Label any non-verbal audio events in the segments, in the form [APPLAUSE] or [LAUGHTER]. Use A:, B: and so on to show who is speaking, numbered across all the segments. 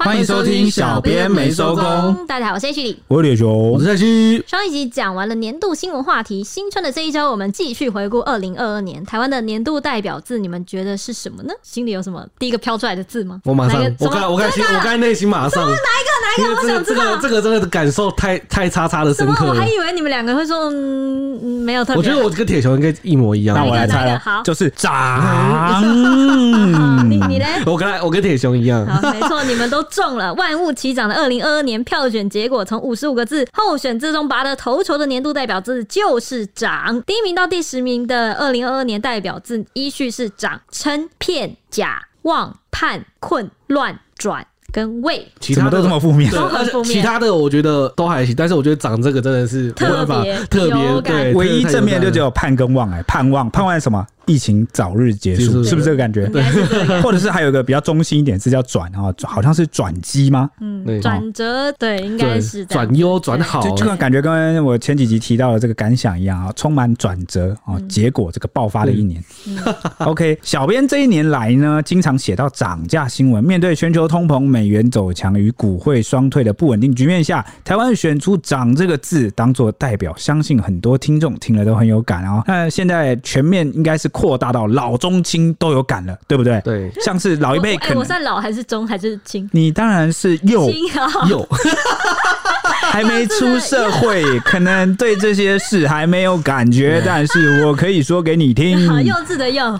A: 欢迎收听《小编没收工》，
B: 大家好，我是 H 李。
C: 我是李
A: 我
C: 雄
B: 哦
A: 是，蔡西。
B: 上一集讲完了年度新闻话题，新春的这一周，我们继续回顾二零二二年台湾的年度代表字，你们觉得是什么呢？心里有什么第一个飘出来的字吗？
A: 我马上
B: 哪一，个
A: 我刚我刚心，
B: 啊
A: 我刚内心马上哪一个哪一个，因为这个这个这个真的感受太太叉叉的
B: 什
A: 深
B: 么？
A: 刻
B: 我
A: 了
B: 还。以为你们两个会说，嗯，嗯没有特别。
A: 我觉得我跟铁球应该一模一样。
C: 那我来猜
B: 哪一个哪一个
C: 了
B: 好，
C: 就是
A: 啊
C: 长。
A: 嗯
B: 啊你你嘞？
A: 我跟他我跟铁熊一样，
B: 好，没错，你们都中了。万物齐涨的二零二二年票选结果，从五十五个字候选字中拔得头筹的年度代表字就是“涨”。第一名到第十名的二零二二年代表字依序是“涨”、“称”、“骗”、“假”、“妄”、“盼”、“困”、“乱”、“转”跟“畏
A: 其
C: 怎
A: 他
C: 么
A: 的
C: 都这么负面
A: 对，
B: 都很
A: 而且
B: 负面
A: 其他的我觉得都还行，但是我觉得长这个真的是
B: 特别
A: 没办法特
B: 有
A: 别
B: 感
A: [LAUGHS] 对，
C: 唯一
A: 特别
C: 正面就只
A: 有
C: 有盼跟望哎，盼望盼望什么？疫情早日结
A: 结束
C: 束，是不是这个感”，觉
B: 应？该是这样。
C: [LAUGHS] 或者是还有一个比较中心一点，是叫转啊，转好像是转机吗？
A: 对
B: 嗯，转折对，应该
A: 对
B: 是这样
A: 转优转好
C: 就，这个感觉跟我前几集提到的这个感想一样啊，充满转折啊，结果这个爆发的一年。OK，小 [LAUGHS] 编这一年来呢，经常写到涨价新闻。面对全球通膨、美元走强与股汇双退的不稳定局面下，台湾选出“涨”这个字当做代表，相信很多听众听了都很有感啊、哦。那现在全面应该是扩大到老中青都有感了，对不对？
A: 对，
C: 像是老一辈
B: 我哎、
C: 可能
B: 我，算老还是中还是轻？
C: 你当然是右
B: 轻啊，
A: 有
C: 还没出社
B: [LAUGHS]
C: 会，可能对这些事还没有感觉，但是我可以说给你听。
B: [LAUGHS]
A: 嗯
B: 好啊幼稚的幼。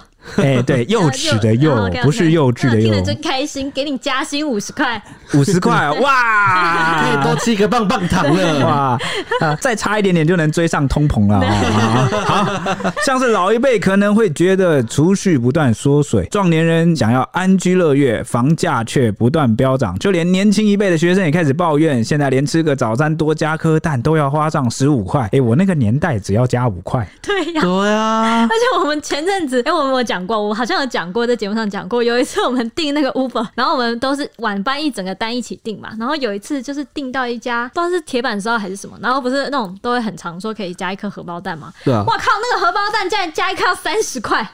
B: [LAUGHS]
C: 哎，对，幼稚的幼，不是幼稚的
B: 听得
C: 幼，
B: 真开心，给你加薪五十块。
C: 五十
A: [LAUGHS]
C: 块，
A: 可以多
C: 哇！
A: 吃一个棒棒糖了，
C: [LAUGHS] 哇、啊，再差一点点就能追上通膨了、哦。好，像是老一辈可能会觉得储蓄不断缩水，壮年人想要安居乐业，房价却不断飙涨，就连年轻一辈的学生也开始抱怨，现在连吃个早餐多加颗蛋都要花上十五块。哎、我那个年代只要加五块。
B: 对呀、
A: 对啊
B: 而，且我们前阵子，哎、我们有讲过，我好像有讲过，在节目上讲过。有一次我们订那个 Uber，然后我们都是晚班一整个单一起订嘛。然后有一次就是订到一家，不知道是铁板烧还是什么，然后不是那种都会很常说可以加一颗荷包蛋嘛。
A: 对啊
B: 哇靠，那个荷包蛋竟然加一颗要三十块，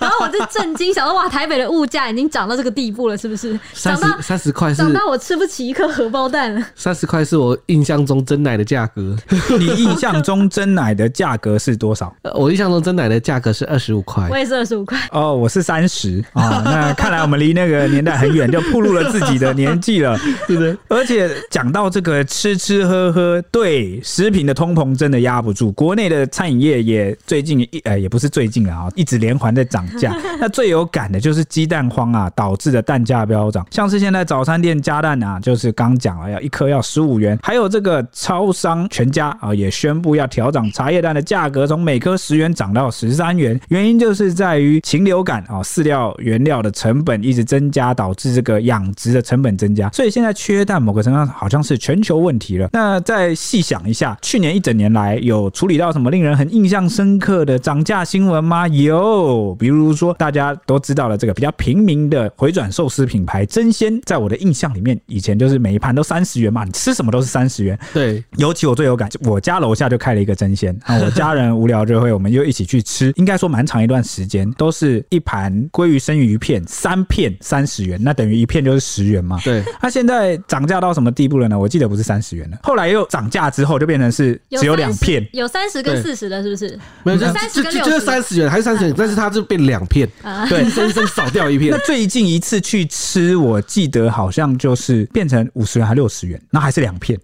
B: 然后我就震惊，想说哇，台北的物价已经涨到这个地步了，是不是？
A: 三
B: 涨到
A: 十三十块是
B: 涨到我吃不起一颗荷包蛋
C: 哎
B: 了。
A: 三十块是我印象中真奶的价格， [LAUGHS]
C: 你印象中真奶的价格是多少？
A: 呃我印象中真奶的价格是二十五块
B: 我，也是二十五块。
C: 哦，我是三十啊，那看来我们离那个年代很远，就暴露了自己的年纪了。
B: [LAUGHS]
A: 对不对？
C: 而且讲到这个吃吃喝喝，对食品的通膨真的压不住，国内的餐饮业也最近一呃也不是最近了啊，一直连环在涨价。那最有感的就是鸡蛋荒啊导致的蛋价飙涨，像是现在早餐店加蛋啊，就是刚讲了要一颗要十五元，还有这个超商全家啊也宣布要调涨茶叶蛋的价格，从每颗十元涨到十三元，原因就是在于禽流感啊，饲料原料的成本一直增加，导致这个养殖的成本增加，所以现在缺蛋某个程度上好像是全球问题了。那再细想一下，去年一整年来有处理到什么令人很印象深刻的涨价新闻吗？有，比如说大家都知道了这个比较平民的回转寿司品牌真鲜，在我的印象里面，以前就是每一盘都三十元嘛，你吃什么都是三十元，
A: 对，
C: 尤其我最有感，我家楼下就开了一个真鲜啊，我家人无聊就会，我们就一起去吃。应该说蛮长一段时间都是一盘鲑鱼生鱼片，三片三十元，那等于一片就是十元嘛。
A: 对，
C: 它现在涨价到什么地步了呢？我记得不是三十元了，后来又涨价之后就变成是只有两
B: 30
C: 片，
B: 有三十跟
A: 对
B: 四十的，是不是？
A: 没有，
B: 就
A: 就
B: 30
A: 就
B: 跟
A: 就就是
B: 60
A: 三十元，还是三
B: 嗯
A: 十元，但是它就变两片， [LAUGHS]
B: 啊，
C: 对
A: 一。生一生少掉
B: [LAUGHS]
A: 一片
C: 那，最近一次去吃，我记得好像就是变成五十元还六十元，那还是两
A: [LAUGHS]
C: 片。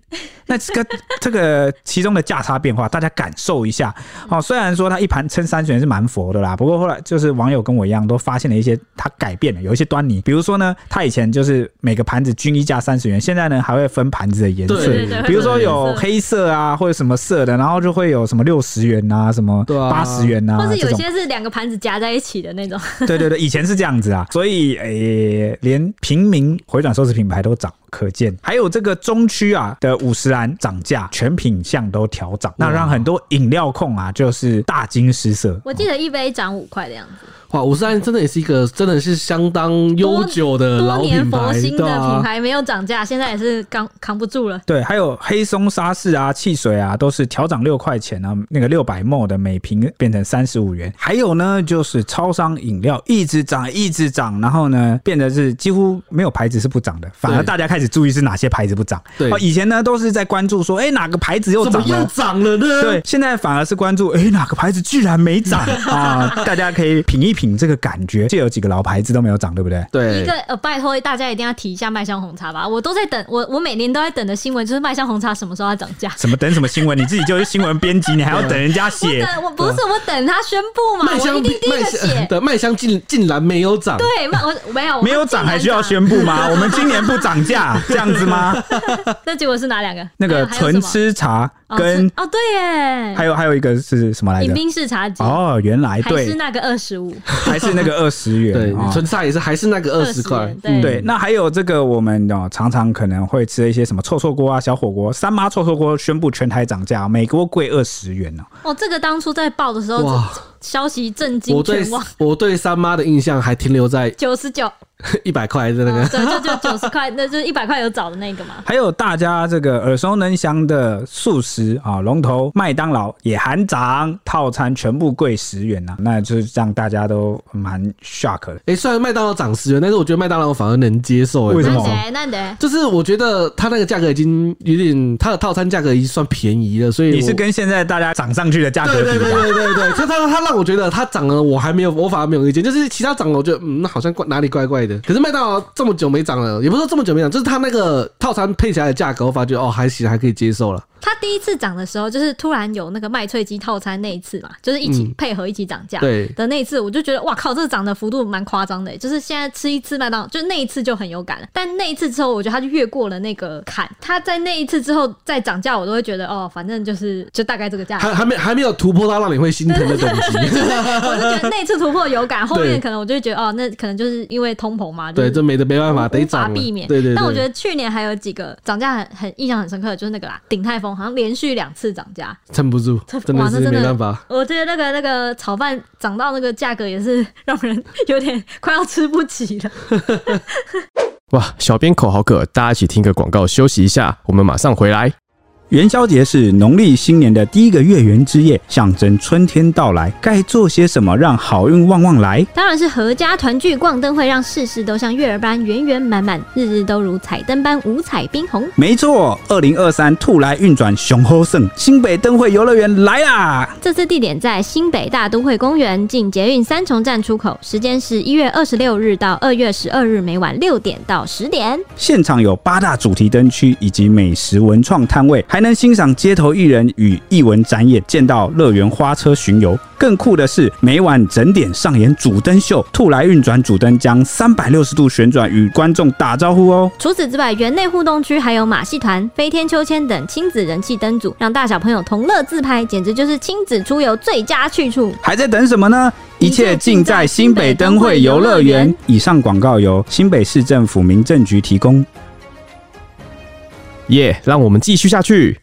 C: 那这个这个其中的价差变化，大家感受一下哦。虽然说它一盘称三十元是蛮佛的啦，不过后来就是网友跟我一样，都发现了一些它改变了，有一些端倪。比如说呢，它以前就是每个盘子均一价三十元，现在呢还会分盘子的颜
A: 对
C: 色
A: 对对，
C: 比如说有
B: 对
C: 黑色啊或者什么色的，然后就会有什么六十元啊，什么
A: 对啊
C: 八十元啊，
B: 或是
C: 这
B: 有
C: 种。
B: 些是两个盘子夹在一起的那种，
C: 对对对，以前是这样子啊，所以诶、连平民回转寿司品牌都涨，可见。还有这个中区啊的五十岚涨价，全品项都调涨，那让很多饮料控啊就是大惊失色。
B: 我记得一杯涨五块的样子，
A: 哇，五十岚真的也是一个真的是相当悠久
C: 呃
A: 的
B: 多
A: 老
B: 年
A: 品
B: 佛
A: 牌，
B: 心
A: 对
B: 的品
A: 啊。
B: 牌没有涨价，现在也是扛扛不住了。
C: 对，还有黑松沙士啊、汽水啊，都是调涨六块钱啊，那个六百 ml 的每瓶变成三十五元。还有呢，就是超商饮料一直涨，一直涨，然后呢，变得是几乎没有牌子是不涨的，反而
A: 对
C: 大家开始注意是哪些牌子不涨。
A: 对
C: 哦以前呢都是在关注说，哎、哪个牌子又
A: 怎么
C: 涨
A: 又
C: 了。
A: 涨了呢？
C: 对，现在反而是关注，哎、哪个牌子居然
A: [LAUGHS]
C: 没涨啊？大家可以品一品这个感觉，这有几个老牌子都没有涨，对不对？
A: 对
B: 一个呃，拜托大家一定要提一下麦香红茶吧，我都在等，我我每年都在等的新闻就是麦香红茶什么时候要涨价。
C: 什么等什么新闻？你自己就是新闻编辑，你还要等人家
A: [LAUGHS]
B: 我
C: 写？
B: 等我不是我等他宣布嘛，
A: 麦
B: 我一
A: 香
B: 定第一
A: 麦
B: 个
A: 香
B: 写。
A: 的麦香竟竟然没有涨，
B: 对，麦我没有
C: 没有涨还需要，宣布吗？我们今年不涨
B: [LAUGHS]
C: 价，这样子吗？
B: 我们竟然涨那结果是哪两个？
C: 那个
B: 还有还有
C: 纯
B: 什么
C: 吃茶
B: 哦
C: 跟
B: 是哦对耶，
C: 还有还有一个是什么来
B: 饮
C: 着？
B: 冰式茶几
C: 哦，原来
B: 还是
C: 对，
B: 那个二十五
C: 还是那个二十元
A: 对
B: 哦
C: 啊。，
A: 纯菜也是还是那个二十块，嗯
B: 对
C: 对，那还有这个，我们哦常常可能会吃一些什么臭臭锅啊、小火锅。三妈臭臭锅宣布全台涨价，每锅贵二十元哦。
B: 哦，这个当初在报的时候，
A: 哇！
B: 消息震惊
A: 我对
B: 全网，
A: 我对三妈的印象还停留在
B: 九十九，
A: 一百块的那
B: 嗯
A: 个，
B: 对，就就九十块，那就是一百块有找的那个嘛。
C: 还有大家这个耳熟能详的素食啊，龙头麦当劳也含涨，套餐全部贵十元呐、啊，那就是让大家都蛮 shock 的。
A: 哎，虽然麦当劳涨十元，但是我觉得麦当劳我反而能接受，诶
C: 为什
B: 那
C: 么
B: 得那得，
A: 就是我觉得它那个价格已经有点，它的套餐价格已经算便宜了，所以
C: 你
A: 我
C: 是跟现在大家涨上去的价格
A: 对对
C: 比
A: 对
C: 吧？
A: 对对 [LAUGHS] 对，就它它让我觉得它涨了，我还没有，我反而没有意见，就是其他涨了，我觉得嗯，那好像怪哪里怪怪的。可是麦当劳这么久没涨了，也不是说这么久没涨，就是它那个套餐配起来的价格，我发觉哦还行，还可以接受了。
B: 它第一次涨的时候，就是突然有那个麦脆鸡套餐那一次嘛，就是一起
A: 嗯
B: 配合一起涨价。
A: 对
B: [LAUGHS] 的那一次，我就觉得哇靠，这个涨的幅度蛮夸张的欸，就是现在吃一次麦当劳，就那一次就很有感了。但那一次之后，我觉得它就越过了那个坎。它在那一次之后再涨价，我都会觉得哦，反正就是就大概这个价。
A: 还还没还没有突破到让你会心疼的等级，
B: 我就觉得那次突破有
A: [LAUGHS]
B: 感，后
A: 对
B: 面可能我就会觉得哦，那可能就是因为通膨嘛，就
A: 对，
B: 是
A: 这没得没办法，
B: [LAUGHS]
A: 得
B: 无
A: 涨
B: 法
A: 了
B: 避免。
A: 对对对，
B: 但我觉得去年还有几个涨价很很印象很深刻的，就是那个啦，鼎泰丰好像连续两次涨价。
A: 撑不住，真
B: 哇
A: 的
B: 那
A: 是
B: 真的
A: 没办法。
B: 我觉得那个那个炒饭涨到那个价格也是 [LAUGHS] 让人有点 [LAUGHS] 快要吃不起了。
D: 哇，小编口好渴，大家一起听个广告休息一下，我们马上回来。
C: 元宵节是农历新年的第一个月圆之夜，象征春天到来。该做些什么让好运旺旺来？
B: 当然是合家团聚逛灯会，让事事都像月儿般圆圆满满，日日都如彩灯般五彩缤红。
C: 没错，二零二三兔来运转雄厚盛，新北灯会游乐园来啦！
B: 这次地点在新北大都会公园，近捷运三重站出口，时间是一月二十六日到二月十二日每晚六点到十点。
C: 现场有八大主题灯区以及美食文创摊位，还能欣赏街头艺人与艺文展演，见到乐园花车巡游。更酷的是，每晚整点上演主灯秀，兔来运转主灯将三百六十度旋转，与观众打招呼哦。
B: 除此之外，园内互动区还有马戏团、飞天秋千等亲子人气灯组，让大小朋友同乐自拍，简直就是亲子出游最佳去处。
C: 还在等什么呢？一切尽在新北灯会游乐园。以上广告由新北市政府民政局提供。
D: 耶、让我们继续下去。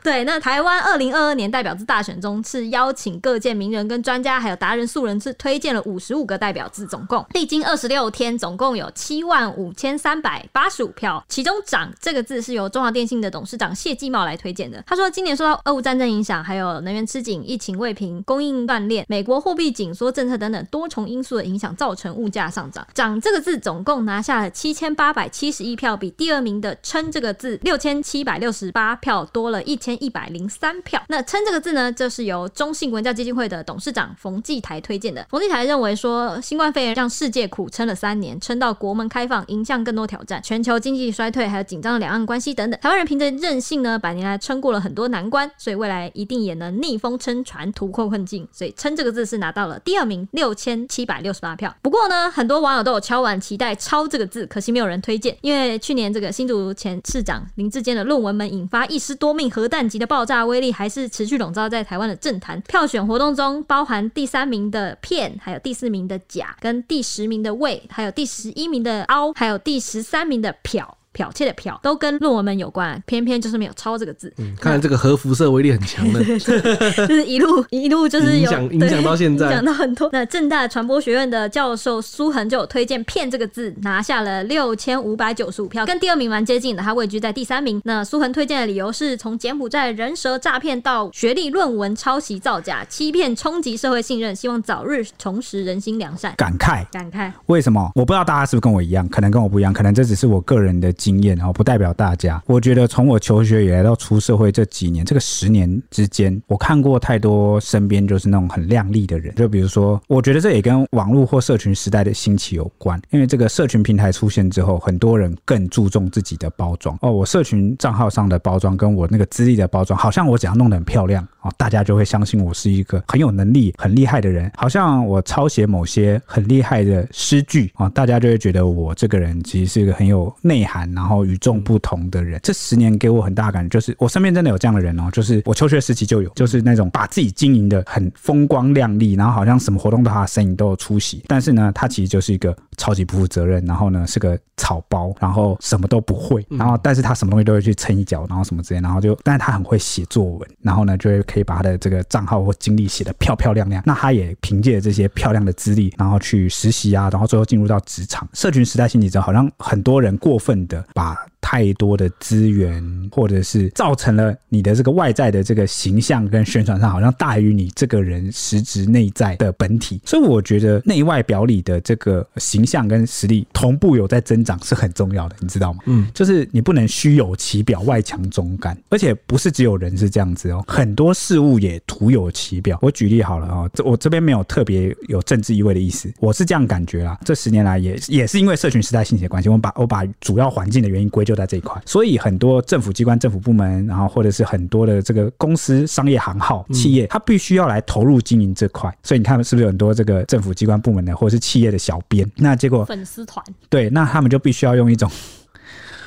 B: 对，那台湾二零二二年代表制大选中是邀请各界名人跟专家，还有达人素人，是推荐了五十五个代表制，总共历经二十六天，总共有七万五千三百八十五票。其中“长”这个字是由中华电信的董事长谢继茂来推荐的。他说，今年受到俄乌战争影响，还有能源吃紧、疫情未平、供应断裂、美国货币紧缩政策等等多重因素的影响，造成物价上涨。“涨”这个字总共拿下了七千八百七十一票，比第二名的“称”这个字六千七百六十八票多了一千一百零三票。那“称”这个字呢，这是由中信文教基金会的董事长冯继台推荐的。冯继台认为说，新冠肺炎让世界苦撑了三年，撑到国门开放，迎向更多挑战，全球经济衰退，还有紧张的两岸关系等等。台湾人凭着韧性呢，百年来撑过了很多难关，所以未来一定也能逆风撑船，突破困境。所以“撑”这个字是拿到了第二名，六千七百六十八票。不过呢，很多网友都有敲碗期待“超”这个字，可惜没有人推荐，因为去年这个新竹前市长林志坚的论文门引发一尸多命核弹级的爆炸威力，还是持续笼罩在台湾的政坛。票选活动中，包含第三名的片，还有第四名的甲，跟第十名的魏，还有第十一名的凹，还有第十三名的漂。剽窃的剽，都跟论文门有关，偏偏就是没有抄这个字，
A: 看来这个核辐射威力很强
B: [LAUGHS]
A: 的，
B: 就是一路一路就是有
A: 影响
B: 对
A: 影响到现在
B: 影响到很多。那正大传播学院的教授苏恒就有推荐“骗”这个字，拿下了六千五百九十五票，跟第二名蛮接近的，他位居在第三名。那苏恒推荐的理由是从柬埔寨人蛇诈骗到学历论文抄袭造假、欺骗冲击社会信任，希望早日重拾人心良善。
C: 感慨。
B: 感慨，
C: 为什么？我不知道大家是不是跟我一样，可能跟我不一样，可能这只是我个人的经验，然哦后不代表大家。我觉得从我求学以来到出社会这几年，这个十年之间，我看过太多身边就是那种很靓丽的人，就比如说，我觉得这也跟网络或社群时代的兴起有关，因为这个社群平台出现之后，很多人更注重自己的包装。哦，我社群账号上的包装跟我那个资历的包装，好像我只要弄得很漂亮哦，大家就会相信我是一个很有能力、很厉害的人。好像我抄写某些很厉害的诗句啊、哦，大家就会觉得我这个人其实是一个很有内涵，然后与众不同的人。这十年给我很大感觉，就是我身边真的有这样的人哦，就是我求学时期就有，就是那种把自己经营的很风光亮丽，然后好像什么活动都他的身影都有出席，但是呢，他其实就是一个超级不负责任，然后呢是个草包，然后什么都不会，然后但是他什么东西都会去撑一脚，然后什么之类，然后就，但是他很会写作文，然后呢就会可以把他的这个账号或经历写得漂漂亮亮。那他也凭借这些漂亮的资历，然后去实习啊，然后最后进入到职场。社群时代兴起之后，好像很多人过分的把太多的资源，或者是造成了你的这个外在的这个形象跟宣传上，好像大于你这个人实质内在的本体。所以我觉得内外表里的这个形象跟实力同步有在增长是很重要的，你知道吗？
A: 嗯，
C: 就是你不能虚有其表，外强中干。而且不是只有人是这样子哦，很多事物也徒有其表。我举例好了哦，这我这边没有特别有政治意味的意思，我是这样感觉啦。这十年来也也是因为社群时代兴起的关系，我们把我把主要环境的原因归咎在这一块，所以很多政府机关、政府部门，然后或者是很多的这个公司、商业行号、企业，它必须要来投入经营这块。所以你看，是不是有很多这个政府机关部门的或者是企业的小编？那结果
B: 粉丝团
C: 对，那他们就必须要用一种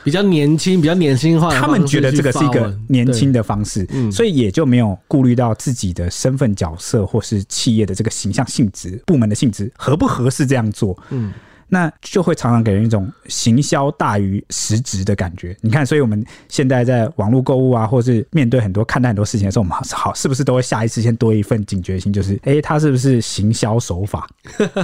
A: 比较年轻，比较年轻化的
C: 他
A: 方式去发文。
C: 们觉得这个是一个年轻
A: 的，
C: 的方式，
A: 嗯
C: 所以也就没有顾虑到自己的身份角色或是企业的这个形象性质、部门的性质合不合适这样做，
A: 嗯，
C: 那就会常常给人一种行销大于实质的感觉。你看，所以我们现在在网络购物啊，或是面对很多看待很多事情的时候，我们好好是不是都会下意识先多一份警觉心，就是诶，他是不是行销
A: [LAUGHS]
C: 手法？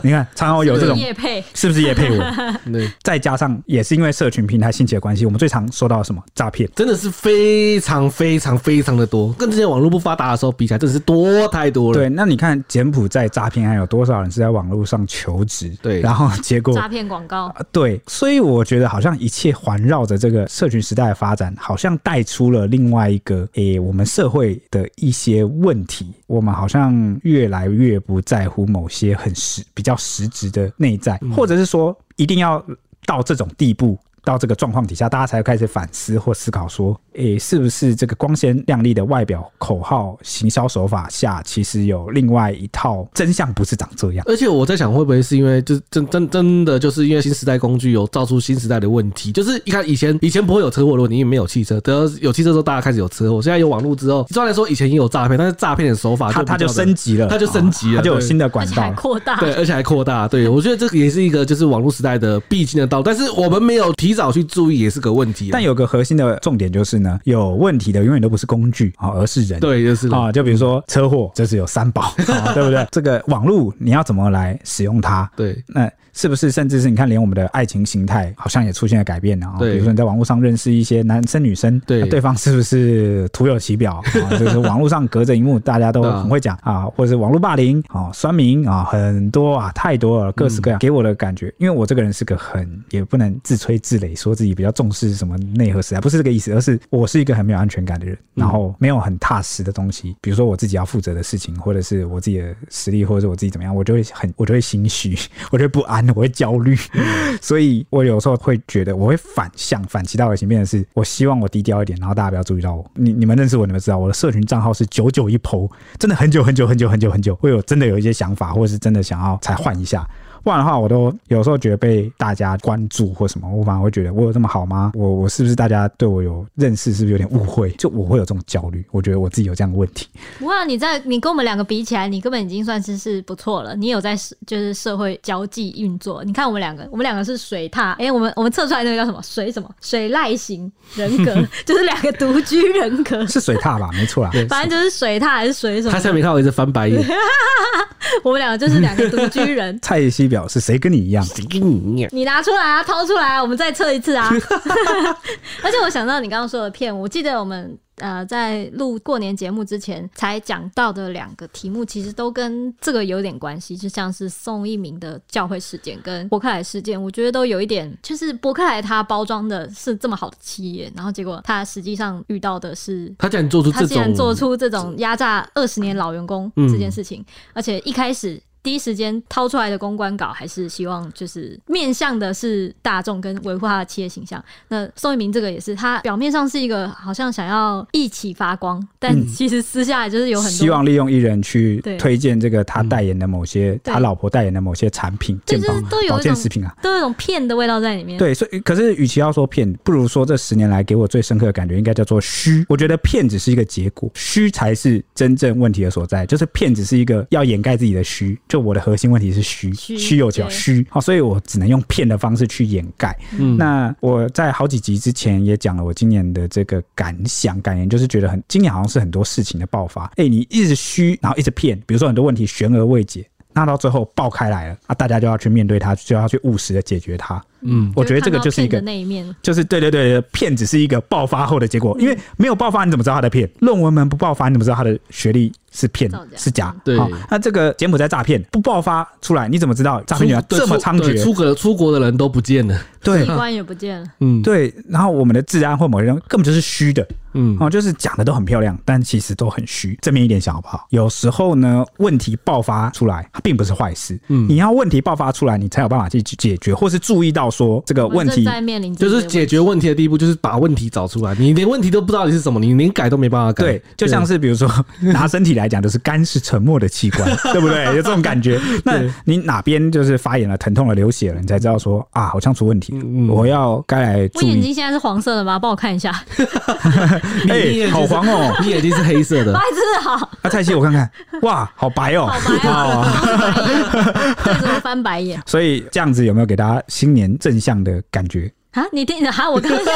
C: 你看，常
A: 哦
C: 常有这种。
B: 叶配，
C: 是不是也配我？
A: 对，
C: [LAUGHS] 再加上也是因为社群平台兴起的关系，我们最常收到什么诈骗？
A: 真的是非常非常非常的多，跟之前网络不发达的时候比起来，真的是多太多了。
C: 对，那你看柬埔寨诈骗案有多少人是在网络上求职？
A: 对
C: 然后结
A: 哦
C: 果
B: 诈骗广告，
C: 啊对，所以我觉得好像一切环绕着这个社群时代的发展，好像带出了另外一个诶、我们社会的一些问题。我们好像越来越不在乎某些很实、比较实质的内在，
A: 嗯
C: 或者是说一定要到这种地步。到这个状况底下，大家才会开始反思或思考，说，诶，是不是这个光鲜亮丽的外表、口号、行销手法下，其实有另外一套真相，不是长这样？
A: 而且我在想，会不会是因为就是真真真的就是因为新时代工具有造出新时代的问题，就是你看以前以前不会有车祸的问题，因为没有汽车，等到有汽车之后大家开始有车祸，现在有网络之后，虽然说以前也有诈骗，但是诈骗的手法
C: 它
A: 啊就
C: 它
A: 比
C: 就
A: 较的
C: 升级了，啊
A: 它就升级了
C: 它就有
A: 对
C: 新的
B: 而
C: 管
B: 且
C: 道
B: 还
C: 了。
B: 扩大，
A: 对，而且还扩大。对，我觉得这个也是一个就是网络时代的必经的道路，但是我们没有提早去注意也是个问题啊。
C: 但有个核心的重点就是呢，有问题的永远都不是工具啊、而是人。
A: 对，就是
C: 啊、就比如说车祸，这是有三
A: [LAUGHS]
C: 宝、啊对不对？这个网络你要怎么来使用它？
A: 对，
C: 那是不是甚至是你看，连我们的爱情形态好像也出现了改变呢、啊
A: 对
C: 比如说你在网络上认识一些男生女生，
A: 对
C: 那对方是不是徒有其表？啊，就是网络上隔着荧幕，大家都
A: 对啊
C: 很会讲啊，或者是网络霸凌啊、酸民啊，很多啊，太多了，各式各样。给我的感觉，因为我这个人是个很也不能自吹自擂，说自己比较重视什么内核时代，不是这个意思，而是我是一个很没有安全感的人，然后没有很踏实的东西，比如说我自己要负责的事情，或者是我自己的实力，或者是我自己怎么样，我就会很我就会心虚， [LAUGHS] 我就会不安，我会焦虑， [LAUGHS] 所以我有时候会觉得我会反向反其道而行，变成是我希望我低调一点，然后大家不要注意到我。你你们认识我，你们知道我的社群账号是九九一剖，真的很久很久很久很久很久，会有真的有一些想法，或者是真的想要才换一下。不然的话，我都有时候觉得被大家关注或什么，我反而会觉得我有这么好吗？我我是不是大家对我有认识，是不是有点误会？就我会有这种焦虑，我觉得我自己有这样的问题。
B: 不过你在你跟我们两个比起来，你根本已经算是是不错了。你有在社就是社会交际运作。你看我们两个，我们两个是水獭，哎、我们我们测出来那个叫什么水什么水赖型人格， [LAUGHS] 就是两个独居人格。
C: 是水獭吧？没错啦。。
B: 反正就是水獭还是水什
A: 他
B: 么，
A: 现在没看我一直
B: [LAUGHS]
A: 翻白眼，
B: 我们两个就是两个独居人
C: 蔡依熙表示：“谁跟你一样？
B: 你拿出来啊，掏出来啊，我们再测一次啊！ [LAUGHS] 而且我想到你刚刚说的骗我，我记得我们呃在录过年节目之前才讲到的两个题目，其实都跟这个有点关系，就像是宋一鸣的教会事件跟伯克莱事件，我觉得都有一点，就是伯克莱他包装的是这么好的企业，然后结果他实际上遇到的是
A: 他竟然做出
B: 他
A: 这
B: 竟然
A: 种，
B: 做出这种压榨二十年老员工
C: 嗯
B: 这件事情，而且一开始。第一时间掏出来的公关稿，还是希望就是面向的是大众跟维护他的企业形象。那宋一鸣这个也是，他表面上是一个好像想要一起发光，但其实私下就是有很多
C: 嗯希望利用艺人去
B: 对
C: 推荐这个他代言的某些，
B: 对
C: 他老婆代言的某些产品、
B: 对
C: 健
B: 就是
C: 保、
B: 都有一种
C: 保健食品啊。”
B: 都有一种骗的味道在里面。
C: 对，所以可是，与其要说骗，不如说这十年来给我最深刻的感觉，应该叫做虚。我觉得骗只是一个结果，虚才是真正问题的所在。就是骗只是一个要掩盖自己的虚，就我的核心问题是虚，
B: 虚
C: 虚有其表
B: 对
C: 虚。好，所以我只能用骗的方式去掩盖。
A: 嗯
C: 那我在好几集之前也讲了我今年的这个感想感言，就是觉得很今年好像是很多事情的爆发。哎、你一直虚，然后一直骗，比如说很多问题悬而未解。那到最后爆开来了啊，大家就要去面对它，就要去务实的解决它。
A: 嗯，
C: 我觉得这个就是一
B: 看
C: 个
B: 到骗的那一面。
C: 就是对对对，对骗只是一个爆发后的结果，因为没有爆发，你怎么知道他的骗？论文门不爆发，你怎么知道他的学历是骗
B: 造假
C: 是假？
A: 对
C: 好那这个柬埔寨诈骗不爆发出来，你怎么知道诈骗集团
A: 对
C: 这么
A: 出
C: 猖
A: 对
C: 獗？
A: 出国出国的人都不见了，
C: 对
B: 器官也不见了，
A: 嗯，，
C: 对，然后我们的治安或某些东西根本就是虚的，
A: 嗯，
C: 哦，就是讲的都很漂亮，但其实都很虚。正面一点想好不好？有时候呢，问题爆发出来，它并不是坏事。嗯，你要问题爆发出来，你才有办法去解决，或是注意到说这个
B: 我
C: [LAUGHS] 问
B: 们
C: 题
B: 正在面临这
A: 就
B: 些
A: 是解决问题的第一步就是把问题找出来，你连问题都不知道你是什么，你连改都没办法改，
C: 对，就像是比如说拿身体来讲，就是肝是沉默的器官，对不对？有这种感觉。那你哪边就是发炎了、疼痛了、流血了，你才知道说啊，好像出问题了，
A: 嗯嗯
C: 我要该来
B: 我
C: 注
B: 眼
C: 意。
B: 睛现在是黄色的吗？帮我看
C: [LAUGHS]
B: 一下，
A: 你
C: 哎、
A: 眼睛是
C: 好黄哦！
A: 你眼睛是
B: [LAUGHS]
A: 黑色的
B: 白，痴哎好，好
C: 啊，蔡西，我看看，哇，好白
B: [LAUGHS]
C: [LAUGHS] 哦！
B: 白啊，都是白眼，对着我翻白眼。
C: 所以这样子有没有给大家新年正向的感觉？
B: 啊，你听 [LAUGHS] 啊，我刚
A: [LAUGHS]
B: 刚听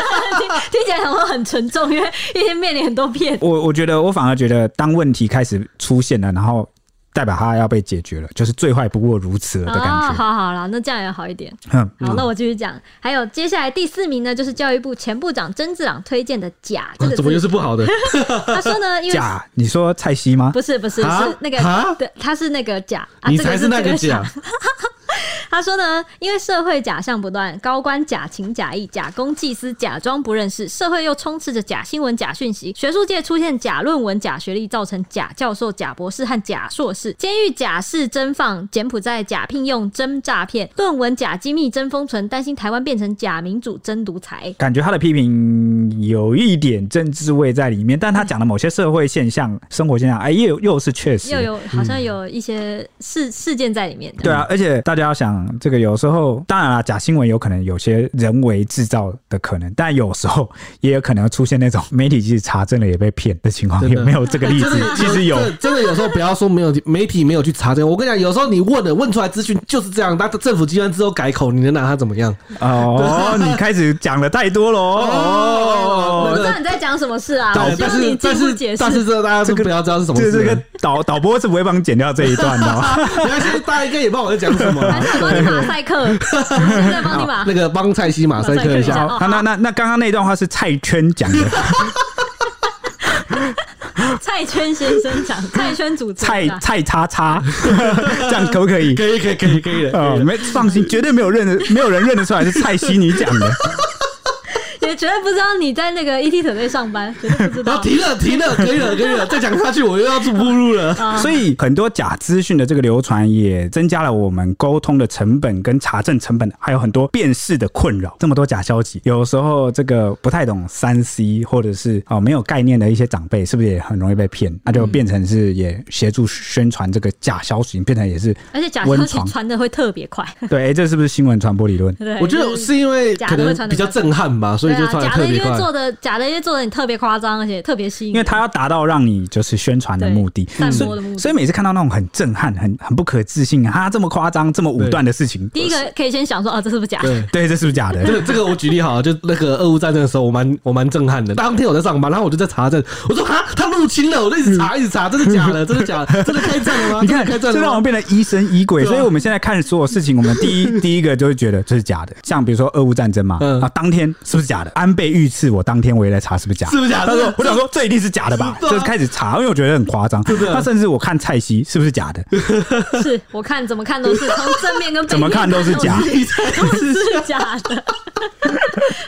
B: 听起来好像很沉重，因为 [LAUGHS] 因为面临很多骗。
C: 我我觉得，我反而觉得，当问题开始出现了，然后代表它要被解决了，就是最坏不过如此了的感
B: 啊，
C: 觉。嗯
B: 好好啦，那这样也好一点。
C: 哼，
A: 嗯
B: 好，那我继续讲。还有接下来第四名呢，就是教育部前部长曾志朗推荐的“假”这个
A: 啊怎么又
B: 字。
A: 是不好的？
B: 他说呢，因为
C: 假，你说蔡西吗？
B: 不是不是
A: 啊
B: 是那
A: 啊
B: 个，对，他是那个“假”， [LAUGHS] 啊
A: 你
B: 这
A: 才是那
B: 这
A: 个
B: 个
A: 假，
B: 他说呢，因为社会假象不断，高官假情假意、假公济私，假装不认识，社会又充斥着假新闻、假讯息，学术界出现假论文、假学历，造成假教授、假博士和假硕士，监狱假释真放，柬埔寨假聘用真诈骗，论文假机密真封存，担心台湾变成假民主真独裁。
C: 感觉他的批评有一点政治味在里面，但他讲的某些社会现象、生活现象，哎，又又是确实
B: 又。有好像有一些事事件在里面的，
C: 对啊，而且大家要想，这个有时候当然啦，假新闻有可能有些人为制造的可能，但有时候也有可能出现那种媒体即使查证了也被骗的情
A: [LAUGHS]
C: 况，
A: 真的
C: 有没有这个例子？其实有，
A: 真的真的有时候不要说没有媒体没有去查证。我跟你讲，有时候你问的问出来资讯就是这样，但政府机关之后改口，你能拿他怎么样？ [LAUGHS]
C: 哦，你开始讲的太多了
A: 哦
C: 哦。
B: 我知
C: 哦
B: 道你在讲什么事啊，我
A: 但
B: 希
A: 但
B: 望你
A: 是
B: 进
A: 但
B: 一步解释
A: 是但。是这大家都不要知道是什么
C: 这
A: 事。啊
C: 这个导导播是不会帮你剪掉这一段
A: [LAUGHS]
C: 的哦。
A: 没关系，大家应该也不知道我在讲什么
B: [LAUGHS] 还
A: 啦。
B: 是我帮你马赛
A: [LAUGHS]
B: 克，我再帮你马
A: 那个帮蔡西马赛克一下，
B: 哦
C: 那那那那刚刚那段话是蔡圈讲的，
B: 蔡圈先生讲，蔡圈主持
C: 蔡
B: 人啊
C: 蔡叉
A: [LAUGHS]
C: 叉，这样可不可以？哦
A: 可以可以可以嗯可以的。
C: 呃，没放心，绝对没有认得，没有人认得出来是蔡西尼讲的。
B: 有绝绝对不知道你在那个 ET 团队上班，绝对不知
A: 然
B: 道
A: 啊后。停了，停了，可以了，可以了，再讲下去我又要主步入了。
B: 啊
C: 所以很多假资讯的这个流传，也增加了我们沟通的成本、跟查证成本，还有很多辨识的困扰。这么多假消息，有时候这个不太懂三 C 或者是哦没有概念的一些长辈，是不是也很容易被骗？那就变成是也协助宣传这个假消息，变成也是
B: 而且假消
C: 温
B: 息
C: 床
B: 传的会特别快，
C: 对，哎诶这是不是新闻传播理论？
B: 对，
A: 我觉
B: 就
A: 得是因为可能比较震撼吧，所以就
B: 哎对
A: 穿
B: 啊，
A: 的
B: 假
A: 特
B: 的因
A: 别
B: 为
A: 快。
B: 做的假的因为做的你特别夸张，而且特别吸引人，
C: 因为它要达到让你就是宣传的
B: 对
C: 目的，
B: 散播的目的。
C: 所以每次看到那种很震撼、很很不可置信、啊这么夸张、这么武断的事情，
B: 第一个可以先想说，哦，这是不是假的？
A: 对，
C: 对，这是不是假的？
A: 这 [LAUGHS] 个这个我举例好了，就那个俄乌战争的时候，我蛮我蛮震撼的。当天我在上班，然后我就在查证，我说啊，他入侵了，我就一直查一直查，真的假的？真的假的？真的开战了吗？
C: [LAUGHS] 你看，
A: 真的开战
C: 这
A: 了
C: 让我
A: 吗？
C: 变成疑神疑鬼，
A: 对啊
C: 所以我们现在看所有事情，我们第一 [LAUGHS] 第一个就会觉得这是假的。像比如说俄乌战争嘛，
A: 嗯
C: 啊，当天是不是假的？安倍遇刺，我当天我也在查是不是假的
A: 是。不是假
C: [LAUGHS] 他说
A: 的？：“ [LAUGHS]
C: 我想说，这一定是假的吧？”
A: 是啊
C: 就开始查，因为我觉得很夸张。
A: 的
C: 他甚至我看蔡西是不是假的，
B: 是我看怎么看都是从正面跟背面
C: 怎么看都是
B: [LAUGHS]
C: 假
B: 看都是都是假的。 [LAUGHS]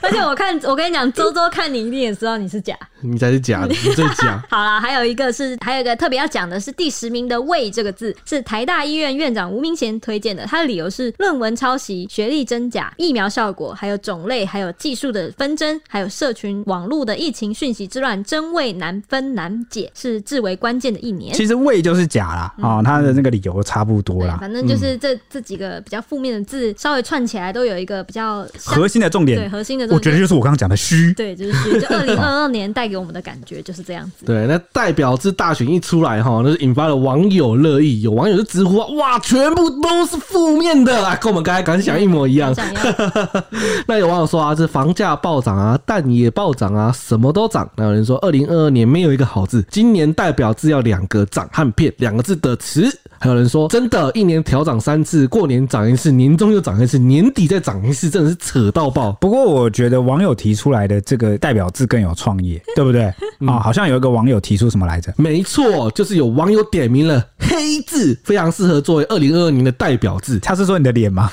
B: 而且我看，我跟你讲，周周看你一定也知道你是假。
A: 你才是假的，你最假。
B: 好啦，还有一个是，还有一个特别要讲的是第十名的“魏”这个字，是台大医院院长吴明贤推荐的。他的理由是论文抄袭、学历真假、疫苗效果、还有种类、还有技术的纷争、还有社群网络的疫情讯息之乱，真伪难分难解，是至为关键的一年。
C: 其实胃就是假啦。啊，他的那个理由差不多
B: 对，
C: 啦。
B: 反正就是这、这几个比较负面的字，稍微串起来都有一个比较像
C: 核心的重
B: 对
C: 点，
B: 核心的重
C: 我觉得
B: 点。
C: 就是我刚刚讲的虚。
B: 对，就是 [LAUGHS] 虚就二零二二年带给我们的感觉就是这样子。
A: 对，那代表制大选一出来哈，那是引发了网友热议，有网友就直呼啊，哇，全部都是负面的啊，跟我们刚才感想一模一样。
B: 这样要
A: 那有网友说啊，这房价暴涨啊，蛋也暴涨啊，什么都涨。那有人说，二零二二年没有一个好字，今年代表字要两个“涨”和“骗”两个字的词。还有人说，真的，一年调涨三次，过年涨一次，年终又涨一次，年底再涨一次，真的是扯到爆。
C: 不过我觉得网友提出来的这个代表字更有创
B: [LAUGHS]
C: 意，对不对？
A: 嗯
C: 啊，好像有一个网友提出什么来着？
A: 没错，就是有网友点名了“黑”字，非常适合作为二零二二年的代表字。
C: 他是说你的脸
A: [LAUGHS]
C: 吗？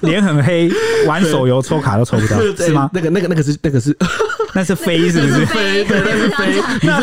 C: 脸很黑，玩手游抽卡都抽不
A: [LAUGHS]
C: 到，是吗？
A: 哎那个、那个、那个是那个是， [LAUGHS]
C: 那是飞是不
B: 就是
C: 是？
B: 飞，就是飞。
C: 那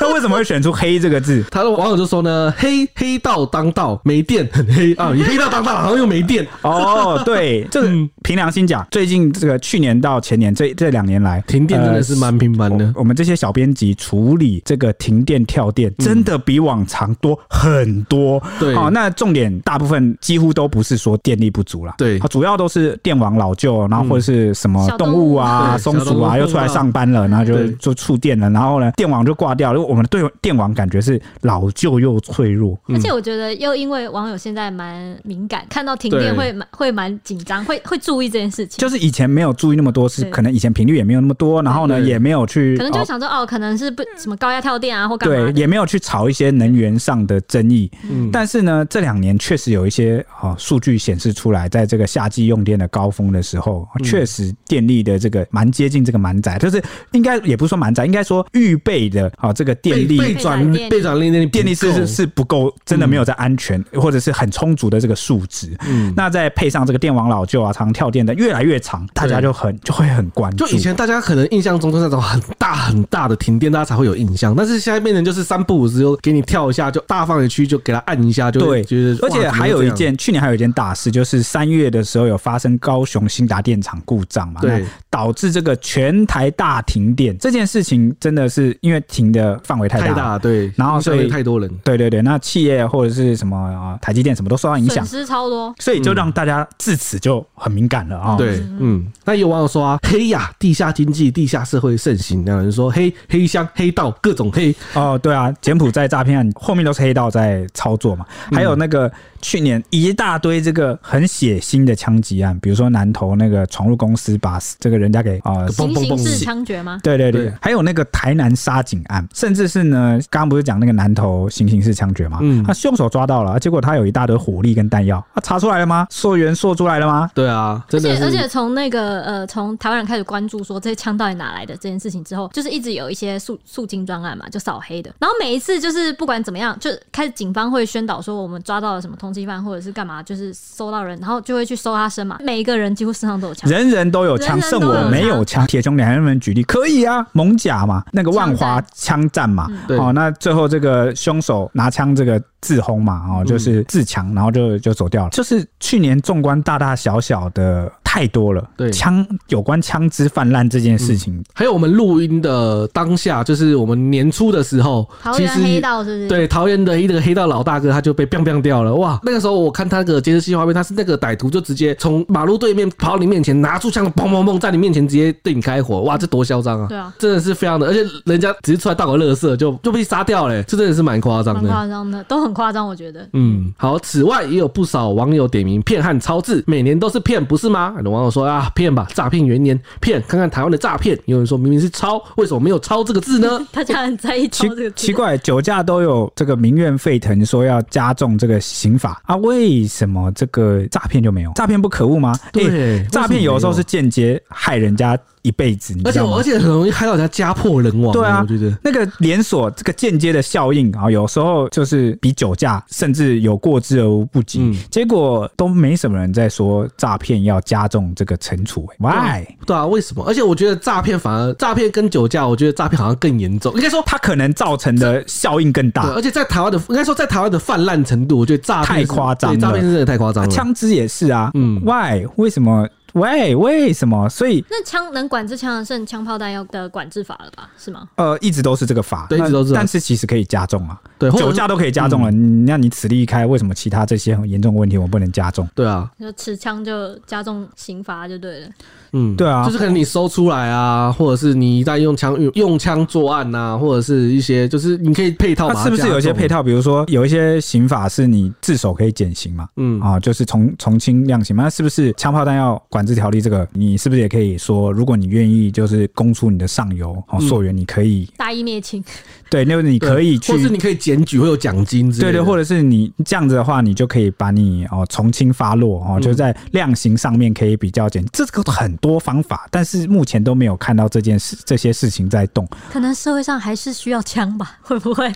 C: 那为什么会选出黑这个字？
A: [LAUGHS] 他的网友就说呢，黑黑道当道，没电很黑啊，你黑道当道，然后又没
C: [LAUGHS]
A: 电，
C: 哦，对，这个
A: 嗯
C: 凭良心讲，最近这个去年到前年这这两年来，
A: 停电真的是蛮频繁的
C: 我。我们这些小编辑处理这个停电跳电，真的比往常多很多。
A: 嗯对
C: 好、那重点大部分几乎都不是说电力不足啦，
A: 对
C: 啊主要都是电网老旧，然后或者是什么
B: 小动
C: 动
B: 物
C: 物啊、
A: 对
C: 松
A: 小
C: 鼠
A: 动物
C: 啊，又出来上班了，然后就
A: 对
C: 就触电了，然后呢，电网就挂掉了。因为我们对电网感觉是老旧又脆弱，
A: 嗯
B: 而且我觉得，又因为网友现在蛮敏感，看到停电
A: 对
B: 会蛮会蛮紧张，会会注意这件事情，
C: 就是以前没有注意那么多，是
B: 对
C: 可能以前频率也没有那么多，然后呢
A: 对
C: 也没有去
B: 可能就
C: 哦
B: 会想说，哦，可能是不什么高压跳电啊，或干嘛
C: 对，
B: 的。
C: 也没有去炒一些能源上的争议。
A: 嗯
C: 但是呢，这两年确实有一些哦数据显示出来，在这个夏季用电的高峰的时候，哦
A: 嗯
C: 确实电力的这个蛮接近这个满载，就是应该也不是说满载，应该说预备的哦这个电
A: 被
C: 力。
A: 转
B: 电力
A: 被转力那
C: 电力是是是不够，真的没有在安全、或者是很充足的这个数值。
A: 嗯
C: 那再配上这个电网老旧啊，常跳电的越来越长，大家
A: 对
C: 就很就会很关注。
A: 就以前大家可能印象中都是那种很大很大的停电，大家才会有印象。但是现在变成就是三不五时就给你跳一下，就大放的区就给它按一下，就
C: 对，
A: 会觉得。
C: 而且
A: 哇
C: 还有一，件，去年还有一件大事，就是三月的时候有发生高雄新达电厂故障嘛，
A: 对
C: 那导致这个全台大停电。这件事情真的是因为停的范围太
A: 怎么
C: 大
A: 会这样太
C: 了，
A: 大，对，
C: 然后
A: 影响
C: 所以
A: 也太多人，
C: 对对对，那企业或者是什么、呃台积电什么都受到影
B: 损
C: 响，
B: 失超多，
C: 所以就让大家自此就很敏感了啊、
A: 对，嗯。那有网友说啊，黑呀，地下经济、地下社会盛行，有人说黑黑箱、黑道各种黑，
C: 哦，对啊，柬埔寨诈骗案后面都是黑道在操作嘛，
A: 嗯
C: 还有那个去年一大堆这个很血腥的枪击案，比如说南投那个闯入公司把这个人家给啊、呃
B: 行
A: 蹦蹦
B: 刑
A: 蹦
B: 事字枪决吗？
C: 对对对
A: 对，
C: 还有那个台南杀警案，甚至是呢，刚刚不是讲那个南投行刑事枪决嘛？
A: 嗯
C: 他凶手抓到了，结果他有一大堆火力跟弹药，他查出来了吗？溯源溯出来了吗？
A: 对啊，
B: 而
A: 真
B: 且
A: 的
B: 而
A: 是
B: 且从那个呃，从台湾人开始关注说这些枪到底哪来的这件事情之后，就是一直有一些肃肃清专案嘛，就扫黑的。然后每一次就是不管怎么样，就开始警方会宣导说我们抓到了什么通缉犯或者是干嘛，就是搜到人，然后就会去搜他身嘛。每一个人几乎身上都有枪，
C: 人人都有枪，
B: 人人
C: 剩
B: 都有
C: 我没有枪。铁兄，你还能不能举例？可以啊，蒙甲嘛，那个万华枪战嘛，
B: 嗯
A: 对
C: 哦，那最后这个凶手拿枪这个自轰嘛，
A: 嗯
C: 哦，就是自强，然后就就走掉了。就是去年纵观大大小小的太多了，
A: 对
C: 枪有关枪支泛滥这件事情，
A: 还有我们录音的当下，就是我们年初的时候，
B: 桃
A: 其
B: 园
A: 实
B: 黑道是不是？
A: 对桃园的一个黑道老大哥，他就被 biang biang 掉了。哇，那个时候我看他那个监视器画面，他是那个歹徒就直接从马路对面跑到你面前，拿出枪，砰砰砰，在你面前直接对你开火。哇，这多嚣张啊！
B: 对啊，
A: 真的是非常的，而且人家只是出来倒个垃圾就就被杀掉了、欸这真的是蛮夸张
B: 蛮
A: 的。
B: 夸张的，都很夸张，我觉得。
A: 嗯，好。此外，也有不少网友点名骗和超字，每年都是骗，不是吗？有网友说啊，骗吧，诈骗元年，骗看看台湾的诈骗。有人说明明是超，为什么没有超这个字呢？
B: 大家很
A: 哦
B: 在意抄
C: 奇
B: 这个字
C: 奇，怪，酒驾都有这个民怨沸腾，说要加重这个刑法啊？为什么这个诈骗就没有？诈骗不可恶吗？
A: [LAUGHS] 对
C: 诶
A: 为什么
C: 诈骗有的时候
A: 没有
C: 是间接害人家一辈子，你
A: 而
C: 知
A: 且
C: 道吗
A: 而？且很容易害到人家家破人亡。
C: 对啊
A: 我觉得。
C: 那个连锁这个间接的效应啊，有时候就是比酒驾甚至有过之而无不及，
A: 嗯
C: 结果都没什么人在说诈骗要加重这个惩处、欸 Why？
A: 对啊，为什么？而且我觉得诈骗反而诈骗跟酒驾，我觉得诈骗好像更严重。应该说，
C: 它可能造成的效应更
A: 对，啊
C: 大。
A: 而且在台湾的应该说在台湾的泛滥程度，我觉得诈骗是
C: 太夸张
A: 对
C: 了
A: 诈骗是真的太夸张
C: 啊
A: 了。
C: 枪支也是啊，
A: 嗯
C: 嗯，Why？为什么？Why？为什么？所以
B: 那枪能管制枪的剩枪炮弹药的管制法了吧？是吗？
C: 呃，一直都是这个法，
A: 对一直都是啊嗯
C: 但是其实可以加重啊，
A: 对或者是
C: 酒驾都可以加重了。你那你此例一开，为什么其他这些很严重的问题我不能加重？
A: 对啊，
B: 就持枪就加重刑罚就对了。
A: 嗯，
C: 对啊
A: 就是可能你搜出来啊，或者是你一旦用枪用用枪作案呐、啊，或者是一些就是你可以配套把
C: 它是不是
A: 加
C: 有一些
A: 重
C: 配？套？比如说有一些刑法是你自首可以减刑嘛？
A: 嗯
C: 啊，就是从从轻量刑嘛，那是不是枪炮弹药管制条例这个，你是不是也可以说，如果你愿意，就是供出你的上游哦，溯源，你可以、
B: 大义灭亲， [LAUGHS]
C: 对，那你
A: 嗯对
C: 可以
A: 或是
C: 去，
A: 你可以检举会有奖金之类
C: 对
A: 的。
C: 对，或者是你这样子的话，你就可以把你哦从轻发落哦，就在量刑上面可以比较减，这个很多方法，但是目前都没有看到这件事这些事情在动
B: 可能社会上还是需要枪吧？ [LAUGHS] 会不会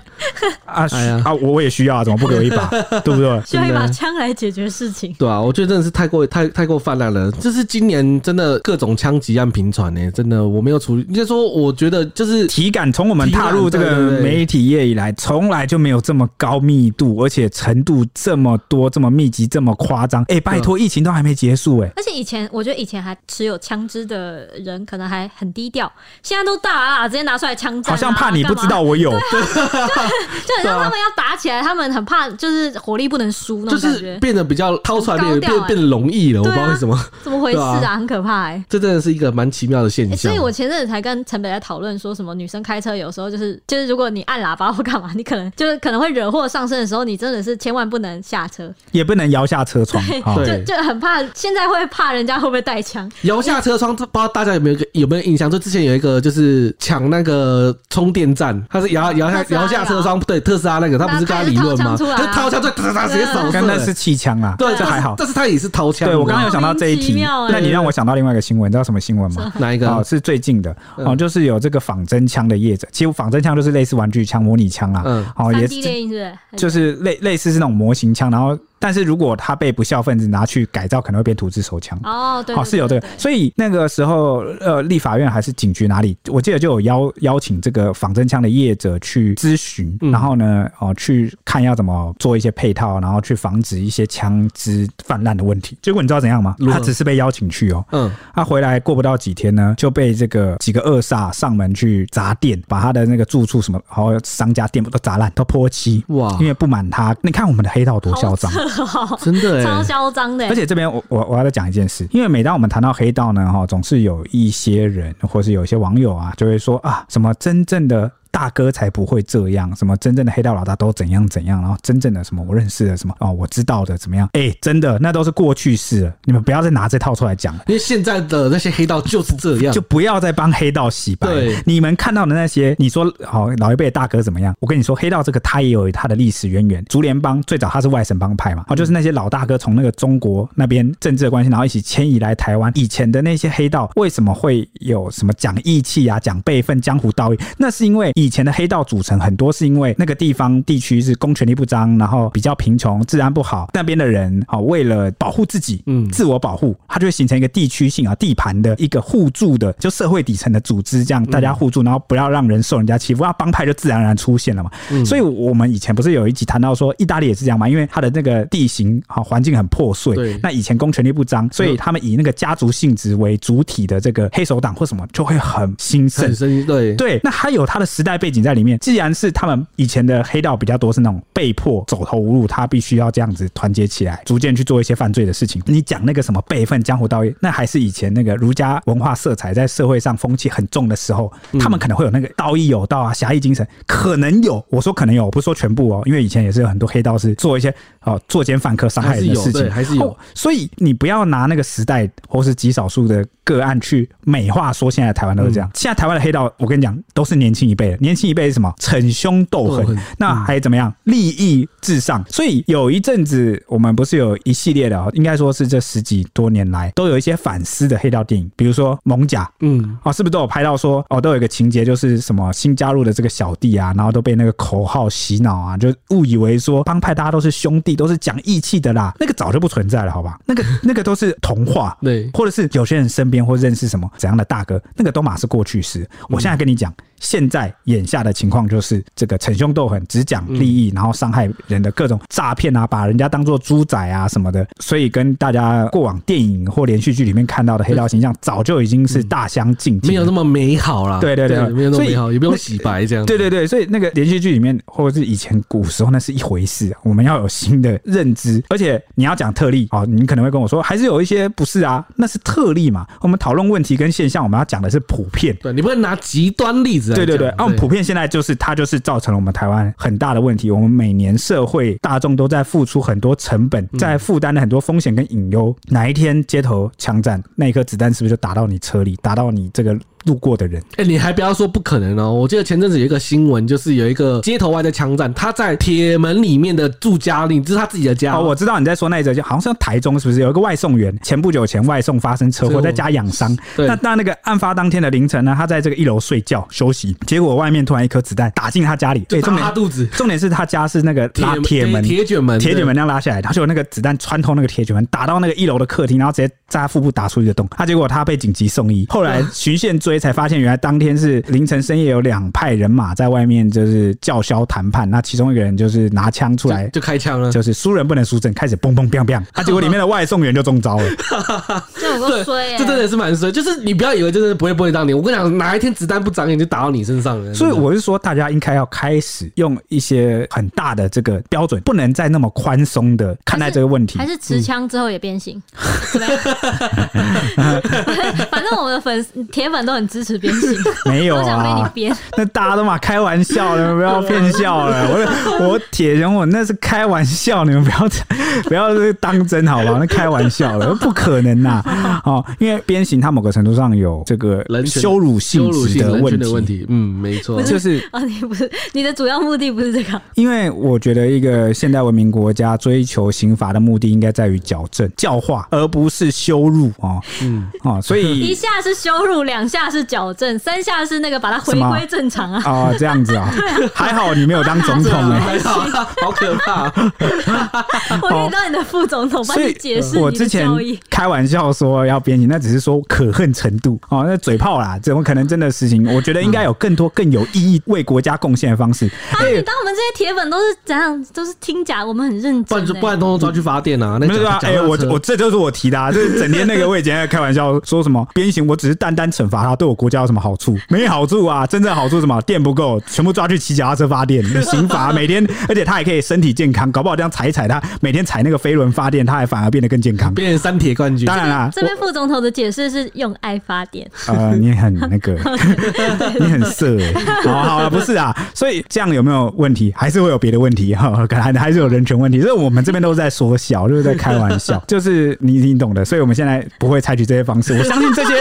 C: 啊、
A: 哎呀
C: 啊，我我也需要啊，怎么不给我一把， [LAUGHS] 对不对？
B: 需要一把枪来解决事情？
A: 对啊，我觉得真的是太过太太过泛滥了。就是今年真的各种枪击案频传呢、欸真的我没有处理。应该说，我觉得就是
C: 体感从我们踏入这
A: 体感对对
C: 个
A: 对
C: 媒体业以来，从来就没有这么高密度，而且程度这么多、这么密集、这么夸张。哎、拜托，疫情都还没结束、哎，
B: 而且以前我觉得以前还持有枪支的人可能还很低调，现在都大啊，直接拿出来枪战、啊，
C: 好像怕你不知
B: 干嘛，
C: 道啊我有。
B: 就很像他们要打起来，他们很怕就是火力不能输那
A: 就
B: 种感
A: 是
B: 觉，
A: 变得比较掏出来
B: 高
A: 变
B: 调
A: 变
B: 欸
A: 变得容易了，我不
B: 对啊
A: 知
B: [LAUGHS]
A: 道为什么，
B: 怎么回事
A: 对
B: 啊？很可怕哎、
A: 这真的是一个蛮奇妙的现
B: 欸所
A: 象。
B: 以我前阵子才跟陈北在讨论，说什么女生开车有时候就是就是，如果你按喇叭或干嘛，你可能就是可能会惹祸上身的时候，你真的是千万不能下车，
C: [LAUGHS] 也不能摇下车 [LAUGHS] 窗啊！
A: 对
B: 就就很怕。现在会怕人家会不会带枪，
A: 摇下车窗，不知道大家有没有一个有没有印象？就之前有一个就是抢那个充电站，他是摇摇下
B: 特斯拉
A: 摇下车窗，对特斯拉那个，他不是跟他理论吗？
B: 他也是掏枪出来啊
A: 他掏枪出来，他直接扫
C: 我
A: 射
C: 刚才是
A: 欸。
C: 气枪啊，
A: 对，
C: 这还好。
A: 但是他也是掏枪。
C: 对我刚刚
A: 你
C: 有
A: 知
C: 想到这一
B: 莫名其
C: 题
B: 妙，哎
C: 那你让我想到另外一个新闻，你知道什么新闻吗？
A: 道吗哪一个？
C: 哦，是最近的哦，
A: 嗯
C: 就是有这个仿真枪的业者，其实仿真枪就是类似玩具枪、模拟枪啊，
A: 嗯
C: 哦，
B: 三
C: 也
B: D
C: 是
B: 电影是不是？
C: 就是类类似是那种模型枪，然后但是如果它被不孝分子拿去改造，可能会变土制手枪。
B: 哦，对，
C: 哦，
B: 对
C: 是有这
B: 对
C: 个，所以那个时候，呃，立法院还是警局哪里，我记得就有邀邀请这个仿真枪的业者去咨询，
A: 嗯
C: 然后呢，哦，去看要怎么做一些配套，然后去防止一些枪支泛滥的问题。结果你知道怎样吗
A: 如？何
C: 他只是被邀请去哦，
A: 嗯，
C: 他回来过不到几天呢，就被这个几个恶煞上门去砸店，把他的那个住处什么，然后商家店铺都砸烂，都泼漆。
A: 哇
C: 因，为不满他，你看我们的黑道多嚣张。
A: 真的
B: 哦超
A: 哎，
B: 嚣张的欸，
C: 而且这边我我我要再讲一件事，因为每当我们谈到黑道呢，哈，总是有一些人或是有一些网友啊，就会说啊，什么真正的大哥才不会这样，什么真正的黑道老大都怎样怎样，然后真正的什么我认识的什么哦，我知道的怎么样？哎、真的那都是过去式了，你们不要再拿这套出来讲了。
A: 因为现在的那些黑道就是这样，
C: 就不要再帮黑道洗白
A: 对。
C: 你们看到的那些，你说好、老一辈的大哥怎么样？我跟你说，黑道这个他也有他的历史渊源。竹联帮最早他是外省帮派嘛，
A: 嗯
C: 哦，就是那些老大哥从那个中国那边政治的关系，然后一起迁移来台湾。以前的那些黑道为什么会有什么讲义气啊、讲辈分、江湖道义？那是因为以前的黑道组成很多是因为那个地方地区是公权力不彰，然后比较贫穷，治安不好，那边的人好、哦、为了保护自己，
A: 嗯
C: 自我保护，它就会形成一个地区性啊、地盘的一个互助的，就社会底层的组织，这样
A: 嗯
C: 大家互助，然后不要让人受人家欺负，那帮派就自然而然出现了嘛。
A: 嗯
C: 所以我们以前不是有一集谈到说，意大利也是这样嘛，因为它的那个地形啊、环境很破碎
A: 对，
C: 那以前公权力不彰，所以他们以那个家族性质为主体的这个黑手党或什么，就会很兴盛
A: 很。深对
C: 对，那它有它的时代背景在里面。既然是他们以前的黑道比较多是那种被迫走投无路，他必须要这样子团结起来，逐渐去做一些犯罪的事情。你讲那个什么辈分、江湖道义，那还是以前那个儒家文化色彩在社会上风气很重的时候，
A: 嗯
C: 他们可能会有那个道义有道啊、侠义精神，可能有。我说可能有，我不是说全部哦，因为以前也是有很多黑道是做一些哦作奸犯科、伤害人的
A: 还是有
C: 事情，
A: 对还是有
C: 哦所以你不要拿那个时代或是极少数的个案去美化说现在台湾都是这样。现在台湾的黑道，我跟你讲，都是年轻一辈的。年轻一辈是什么？逞凶斗狠，
A: 斗狠
C: 那还怎么样？利益至上。所以有一阵子，我们不是有一系列的、哦，应该说是这十几多年来都有一些反思的黑道电影，比如说《猛甲》。
A: 嗯，
C: 哦，是不是都有拍到说哦，都有一个情节，就是什么新加入的这个小弟啊，然后都被那个口号洗脑啊，就误以为说帮派大家都是兄弟，都是讲义气的啦，那个早就不存在了，好吧？那个那个都是童话，
A: 对
C: 或者是有些人身边或认识什么怎样的大哥，那个都马是过去式。我
A: 嗯
C: 现在跟你讲，现在眼下的情况就是这个逞凶斗狠，只讲
A: 嗯
C: 利益，然后伤害人的各种诈骗啊，把人家当做猪仔啊什么的。所以跟大家过往电影或连续剧里面看到的黑道形象，早就已经是大相径
A: 嗯
C: 庭了。
A: 没有那么美好啦，
C: 对对对
A: 没有那么
C: 所以
A: 美好，也不用
C: 那
A: 洗白这样，
C: 对对对，所以那个连续剧里面，或者是以前古时候，那是一回事，我们要有新的认知。而且你要讲特例哦，你可能会跟我说，还是有一些不是啊，那是特例嘛。我们讨论问题跟现象，我们要讲的是普遍。
A: 对，你不能拿极端例子来
C: 对
A: 讲，
C: 对对，啊，我们普遍现在就是它就是造成了我们台湾很大的问题。我们每年社会大众都在付出很多成本，在负担了很多风险跟隐忧。哪一天街头枪战，那一颗子弹是不是就打到你车里，打到你这个路过的人？
A: 哎、你还不要说不可能哦！我记得前阵子有一个新闻，就是有一个街头外的枪战，他在铁门里面的住家里，这是他自己的家
C: 哦，我知道你在说那一则，就好像是台中是不是有一个外送员，前不久前外送发生车
A: 车
C: 祸，
A: 祸
C: 在家养伤。
A: 对
C: 那那那个案发当天的凌晨呢，他在这个一楼睡觉休息，结果外面突然一颗子弹打进他家里，对，重
A: 打他
C: 点
A: 肚子，
C: 重点是他家是那个拉铁门。
A: 铁卷门，
C: 铁卷门那样拉下来，他就有那个子弹穿透那个铁卷门，打到那个一楼的客厅，然后直接在他腹部打出一个洞。他、结果他被紧急送医，后来循线追才发现，原来当天是凌晨深夜有两派人马在外面就是叫嚣谈判，那其中一个人就是拿枪出来
A: 对就开枪了。
C: 就是输人不能输阵，开始蹦蹦砰砰，啊，结果里面的外送员就中招了。
B: 这有
A: 对
B: 个衰、欸，
A: 这真的是蛮衰，就是你不要以为真的不会不会当你。我跟你讲，哪一天子弹不长眼就打到你身上了。
C: 所以我是说，大家应该要开始用一些很大的这个标准，不能再那么宽松的看待这个问题
B: 还。是持枪之后也变
C: [LAUGHS]
B: 形，怎么样？ [LAUGHS] 反正我们的粉丝铁粉都很支持变形，
C: 没有
B: 都想被你
C: 啊，
B: 编。
C: 那大家都嘛开玩笑，你们不要骗笑了。我我铁人，我那是开玩笑，你们不要 [LAUGHS] 不要当真好吧？那开玩笑了，不可能呐、哦，因为鞭刑它某个程度上有这个
A: 人权
C: 羞辱性
A: 羞辱
C: 质
A: 性
C: 的
A: 人
C: 问
A: 权的问
C: 题，
A: 题，嗯，没错，
C: 就是
B: 啊，你不是你的主要目的不是这个，
C: 因为我觉得一个现代文明国家追求刑罚的目的，应该在于矫正、教化，而不是羞辱哦。嗯，哦，所
B: 一 [LAUGHS]
C: 以
B: 下是羞辱，两下是矫正，三下是那个把它回
C: 什么
B: 归正常啊。
C: 啊、这样子啊、还好你没有当总
A: 对
C: 统
A: 啊
B: [LAUGHS]
A: 还
C: 哎、
A: 好，好可怕。哦
B: 我遇到你的副总统帮
C: 啊所
B: 你
C: 以
B: 解释
C: 我
B: 你
C: 之
B: 的
C: 前
B: 交易，
C: 开玩笑说要鞭刑，那只是说可恨程度哦，那嘴炮啦，怎么可能真的实行？我觉得应该有更多更有意义、为国家贡献的方式。
B: 啊，你当我们这些铁粉都是怎样，都是听假，我们很认
A: 不
B: 真、
A: 然就
B: 欸。
A: 不然，通通抓去发电啊！那
C: 没有啊
A: 脚，
C: 哎、
A: 脚踏
C: 我
A: 车
C: 我这就是我提的、啊，就是整天那个我以前在开玩笑说什么鞭刑，我只是单单惩罚他对我国家有什么好处？没好处啊！真正好处是什么？电不够，全部抓去骑脚踏车发电，刑罚每天，而且他还可以身体健康，搞不好这样踩一踩他，每天踩那个飞轮发电，他还反而变得更健康。
A: 变成三铁冠军
C: 当。然啦，
B: 这边副总统的解释是用爱
C: [LAUGHS]
B: 发电，
C: 呃，你很那
A: [LAUGHS]
C: 个，你很色哎、好好了，不是啊，所以这样有没有问题？还是会有别的问题哈，可能还是有人权问题。所以我们这边都是在说笑，就是在开
A: [LAUGHS]
C: 玩笑，就是你你懂的。所以我们现在不会采取这些方式，我相信
A: [LAUGHS]
C: 这些。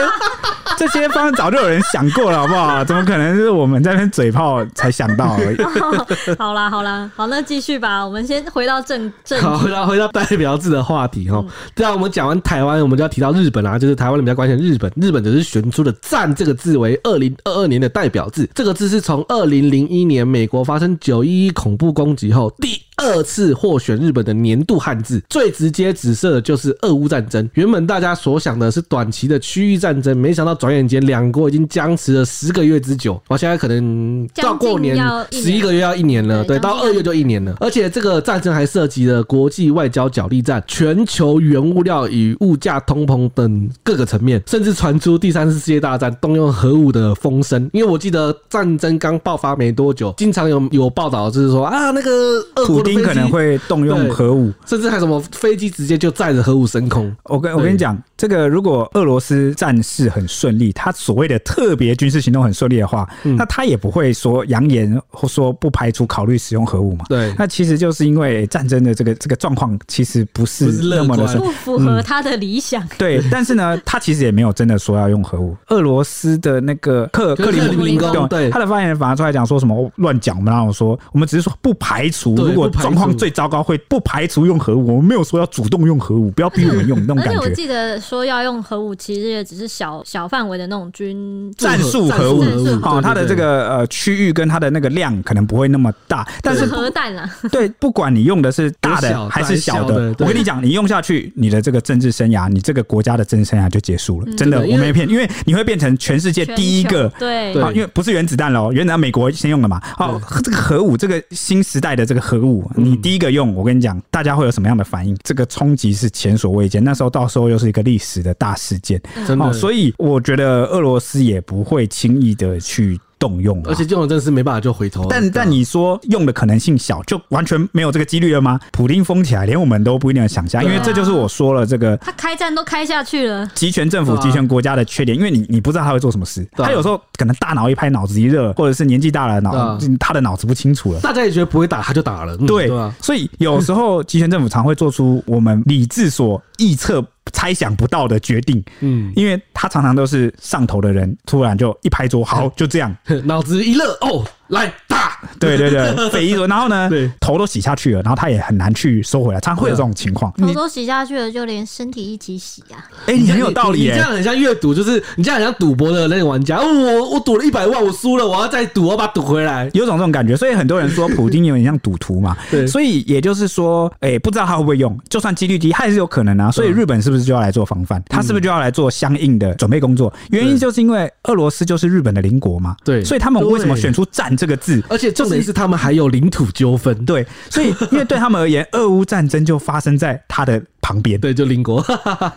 C: 这些方案早就有人想过了，好不好？怎么可能是我们在那边嘴炮才想
A: [LAUGHS]
C: 到而已？
B: 好啦好啦，好那继续吧，我们先回到正正嗯
A: 好，回到回到代表制的话题哈。对啊，我们讲完台湾，我们就要提到日本啊，就是台湾人比较关心的日本。日本只是选出了“战”这个字为二零二二年的代表字，这个字是从二零零一年美国发生九一一恐怖攻击后第二次获选日本的年度汉字。最直接指涉的就是俄乌战争。原本大家所想的是短期的区域战争，没想到转眼间两国已经僵持了十个月之久。哇，现在可能到过年
B: 将近要一年
A: 十一个月要一年了，
B: 对
A: 对，到
B: 将近
A: 二月就一年了。而且这个战争还涉及了国际外交角力战、全球原物料与物价通膨等各个层面，甚至传出第三次世界大战动用核武的风声。因为我记得战争刚爆发没多久，经常有有报道就是说啊，那个俄
C: 普
A: 国的飞
C: 丁
A: 机
C: 可能，会动用核武，
A: 甚至还什么飞机直接就载着核武升空。
C: 我跟我跟你讲，这个如果俄罗斯战事很顺利，他所谓的特别军事行动很顺利的话，
A: 嗯
C: 那他也不会说扬言或说不排除考虑使用核武嘛。
A: 对，
C: 那其实就是因为战争的这个这个状况，其实不是
A: 不是乐
C: 那么的
A: 观
C: 顺
B: 不符合他的理想。
A: [LAUGHS]
C: 对，但是呢，他其实也没有真的说要用核武。俄罗斯的那个克
A: 克
C: 克里
A: 里
C: 姆
A: 姆
C: 林
A: 林
C: 宫
A: 宫，对
C: 他的发言人反而出来讲说什么哦乱讲，我们哪有说，我们只是说不排除，
A: 对
C: 如果
A: 不排除
C: 状况最糟糕会不排除用核武，我们没有说要主动用核武，不要逼我们用那嗯种
B: 而
C: 感
B: 且我
C: 觉。
B: 记得说要用核武，其实也只是小小范围的那种军。
C: 战术核武
B: 战术核武
C: 哦，它的
A: 对
C: 这。
A: 对对
C: 个呃区域跟它的那个量可能不会那么大，但是
B: 核弹啦，
C: [LAUGHS] 对，不管你用的是大
A: 多小
C: 的还是小
A: 短小
C: 的
A: 的，
C: 我
A: 对
C: 跟你讲，你用下去，你的这个政治生涯，你这个国家的政治生涯就结束了。真的，
A: 对
C: 我
A: 因为
C: 没骗，因为你会变成全世界第一个
B: 全球。对
A: 对
C: 啊，因为不是原子弹喽，原子弹美国先用了嘛。哦，这个核武，这个新时代的这个核武，你第一个用，我跟你讲，大家会有什么样的反应？这个冲击是前所未见，那时候到时候又是一个历史的大事件。
A: 真的，
C: 哦，所以我觉得俄罗斯也不会轻易的去动用啊，
A: 而且这种真的是没办法就回头了。
C: 但但你说用的可能性小，就完全没有这个几率了吗？普丁封起来，连我们都不一定能想象，因
A: 对啊
C: 为这就是我说了这个。
B: 他开战都开下去了，
C: 集权政府、
A: 对啊
C: 集权国家的缺点，因为你你不知道他会做什么事，
A: 对啊
C: 他有时候可能大脑一拍，脑子一热，或者是年纪大了，
A: 对啊
C: 脑他的脑子不清楚了。
A: 大家也觉得不会打，他就打了。嗯
C: 对
A: 对吧？， [LAUGHS]
C: 所以有时候集权政府常会做出我们理智所臆测、猜想不到的决定，
A: 嗯，
C: 因为他常常都是上头的人突然就一拍桌，
A: [LAUGHS]
C: 好，就这样，
A: 脑子一热，哦，来打！
C: 对对对，匪夷
A: [LAUGHS]
C: 所。然后呢
A: 对，
C: 头都洗下去了，然后他也很难去收回来，常会有这种情
A: 嗯
C: 况。
B: 头
C: 你
B: 都洗下去了，就连身体一起洗啊！
C: 哎，你很有道理
A: 你这
C: 耶
A: 样。很像阅读，就是你这样很像赌博的那个玩家。哦，我我赌了一百万，我输了，我要再赌，我要把它赌回来。
C: 有种这种感觉，所以很多人说普丁有点像赌徒嘛
A: [LAUGHS] 对，
C: 所以也就是说，哎、不知道他会不会用，就算几率低，他也是有可能啊。所以日本是不是就要来做防
A: 嗯
C: 范？他是不是就要来做相应的准备工作？原因就是因为俄罗斯就是日本的邻国嘛，
A: 对
C: 所以他们为什么选出“战”这个字？
A: 而且重点是他们还有领土纠纷，
C: 对，所以因为对他们而言，俄乌战争就发生在他的旁边，
A: 对，就邻国。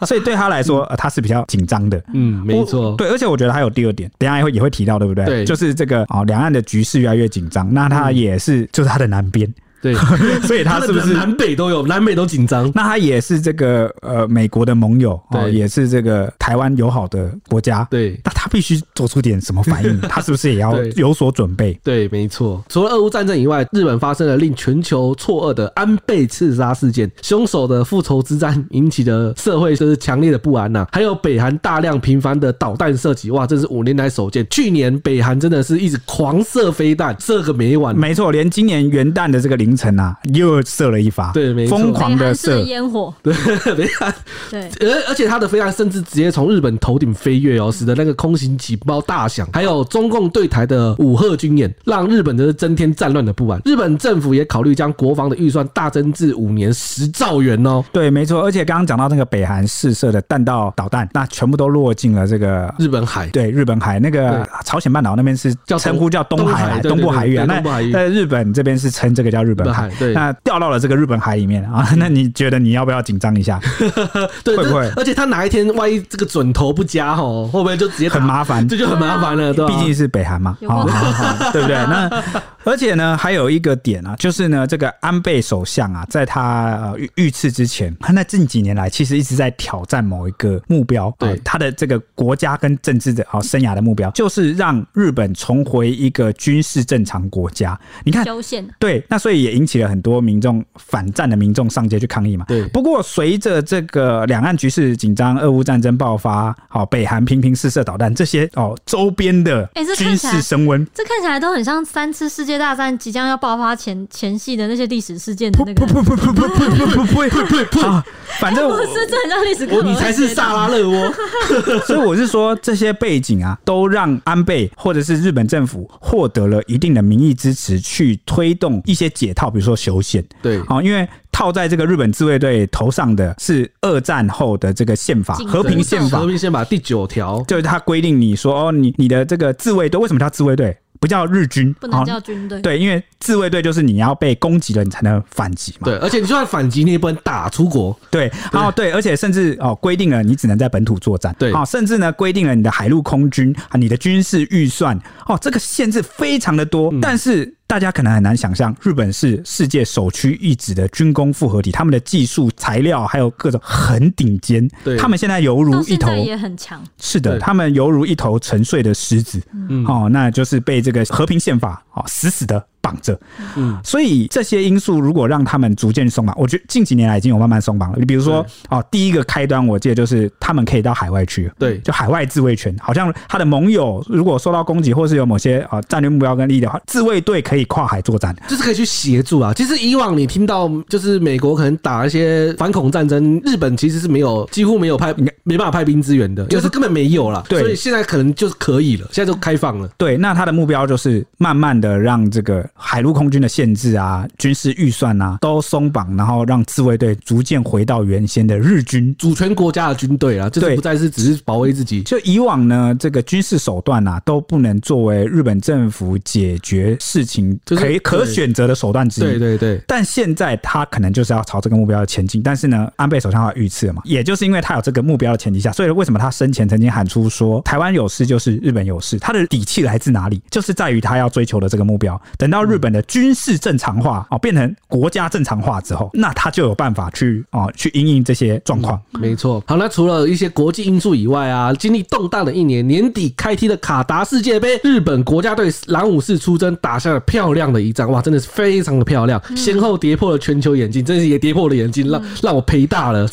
C: 所以对他来说，呃、他是比较紧张的。
A: 嗯，没错 [LAUGHS]
C: 我，对，而且我觉得还有第二点，等一下也会也会提到，对不对？
A: 对嗯
C: 就是这个哦，两岸的局势越来越紧张，那它也是、就是它的南边，
A: 对， [LAUGHS]
C: 所以它
A: 的
C: 是不是？
A: 南北都有，南北都紧张。
C: 那它也是这个呃美国的盟友，哦，
A: 对
C: 也是这个台湾友好的国家，
A: 对
C: 那它必须做出点什么反
A: [LAUGHS]
C: 应，它是不是也要
A: 对
C: 有所准备？
A: 对，没错。除了俄乌战争以外，日本发生了令全球错愕的安倍刺杀事件，凶手的复仇之战引起的社会就是强烈的不安呐、还有北韩大量频繁的导弹射击，哇，这是五年来首见。去年北韩真的是一直狂射飞弹，射个没完。
C: 没错，连今年元旦的这个凌晨啊，又射了一发，
A: 对没错
C: 疯
B: 北
C: 狂的
B: 韩式的
C: 射，
B: 烟火，
A: 对， [LAUGHS] 北韩，
B: 对，
A: 而而且他的飞弹甚至直接从日本头顶飞跃哦，
C: 嗯
A: 使得那个空袭警报大响。还有中共对台的武赫军演，让日本真是增添战乱的不安。日本政府也考虑将国防的预算大增至五年十兆元哦。
C: 对，没错。而且刚刚讲到那个北韩试射的弹道导弹，那全部都落进了这个呃
A: 日本海。
C: 对日本海那个
A: 对
C: 朝鲜半岛那边是
A: 叫东
C: 称呼叫东海
A: 东海
C: 啊
A: 对对对
C: 部海域啊，
A: 对
C: 那
A: 东部海域
C: 在日本这边是称这个叫日本海
A: 日本海，对
C: 那掉到了这个日本海里面啊，那你觉得你要不要紧张一下？
A: 对，
C: 会不
A: 这
C: 会
A: 哦而且他哪一天万一这个准头不佳吼，会不会就直接打
C: 很麻烦，
A: 这就很麻烦了，对啊吧？
C: 毕竟是北韩嘛，
B: 有
C: 好
B: 够麻
C: 好好，对不对？那而且呢，还有一个点啊，就是呢，这个安倍首相啊，在他呃遇遇刺之前，他那近几年来其实一直在挑战某一个目标，呃
A: 对
C: 他的这个国家跟政治的哦生涯的目标，就是让日本重回一个军事正常国家。你看，
B: 修宪啊
C: 对，那所以也引起了很多民众反战的民众上街去抗议嘛。
A: 对
C: 不过随着这个两岸局势紧张，俄乌战争爆发，好、北韩频频试射导弹，这些哦周边的
B: 哎这
C: 军
B: 看起来
C: 事升温。
B: 这看起来都很像三次世界大战即将要爆发前前戏的那些历史事件的
C: 噗
B: 那
C: 噗
B: 个，
C: 噗噗噗噗噗噗噗噗哦啊！反正我
B: 不 [LAUGHS] 是，这很像历史课
A: 我
B: 本
A: 你才是萨拉热窝，
C: 所以我是说，这些背景啊，都让安倍或者是日本政府获得了一定的民意支持，去推动一些解套，比如说修宪。
A: 对
C: 好、哦因为套在这个日本自卫队头上的是二战后的这个宪法
B: 紧
C: 《和平宪法
A: 和》，平宪法第九条，
C: 就是它规定你说哦，你你的这个自卫队为什么叫自卫队，不叫日军？
B: 不能
C: 哦
B: 叫军队。
C: 对，因为自卫队就是你要被攻击了，你才能反击嘛。
A: 对，而且你就算反击，你也不能打出国，
C: 对，哦对，而且甚至哦规定了你只能在本土作战，
A: 对
C: 哦，甚至呢规定了你的海陆空军啊，你的军事预算哦，这个限制非常的
A: 嗯
C: 多，但是。大家可能很难想象，日本是世界首屈一指的军工复合体，他们的技术、材料还有各种很顶尖
A: 对，
C: 他们现在犹
B: 到
C: 如一
B: 现
C: 头
B: 在也很强，
C: 是的，
A: 对嗯
C: 他们犹如一头沉睡的狮子，哦，那就是被这个和平宪法哦死死的绑着。
A: 嗯
C: 所以这些因素如果让他们逐渐松绑，我觉得近几年来已经有慢慢松绑了。你比如说哦，第一个开端我记得就是他们可以到海外去，
A: 对
C: 就海外自卫权，好像他的盟友如果受到攻击或是有某些啊、哦战略目标跟利益的话，自卫队可以跨海作战。
A: 就是可以去协助啊。其实以往你听到就是美国可能打一些反恐战争，日本其实是没有几乎没有派没办法派兵支援的，就是根本没有啦。
C: 对
A: 所以现在可能就是可以了，现在就开放了。
C: 对，那他的目标就是慢慢的让这个海陆空军的限制啊、军事预算啊都松绑，然后让自卫队逐渐回到原先的日军。
A: 主权国家的军队啊，就是
C: 对
A: 不再是只是保卫自己，
C: 就以往呢，这个军事手段啊，都不能作为日本政府解决事情
A: 就是
C: 可以可
A: 对
C: 选择的手段之一。
A: 对对对，
C: 但现在他可能就是要朝这个目标前进，但是呢，安倍首相他有遇刺了嘛，也就是因为他有这个目标的前提下，所以为什么他生前曾经喊出说台湾有事就是日本有事，他的底气来自哪里？就是在于他要追求的这个目标。等到日本的军事正常化哦，变成国家正常化之后，那他就有办法去哦去应应这些状况。
A: 没错。好，那除了一些国际因素以外啊，经历动荡的一年，年底开踢的卡达世界杯，日本国家队狼武士出征，打下了漂亮的一仗，哇，真的是非常的漂亮，先后跌破了全球眼镜，真是也跌破了眼镜，让让我赔大 [LAUGHS] 了，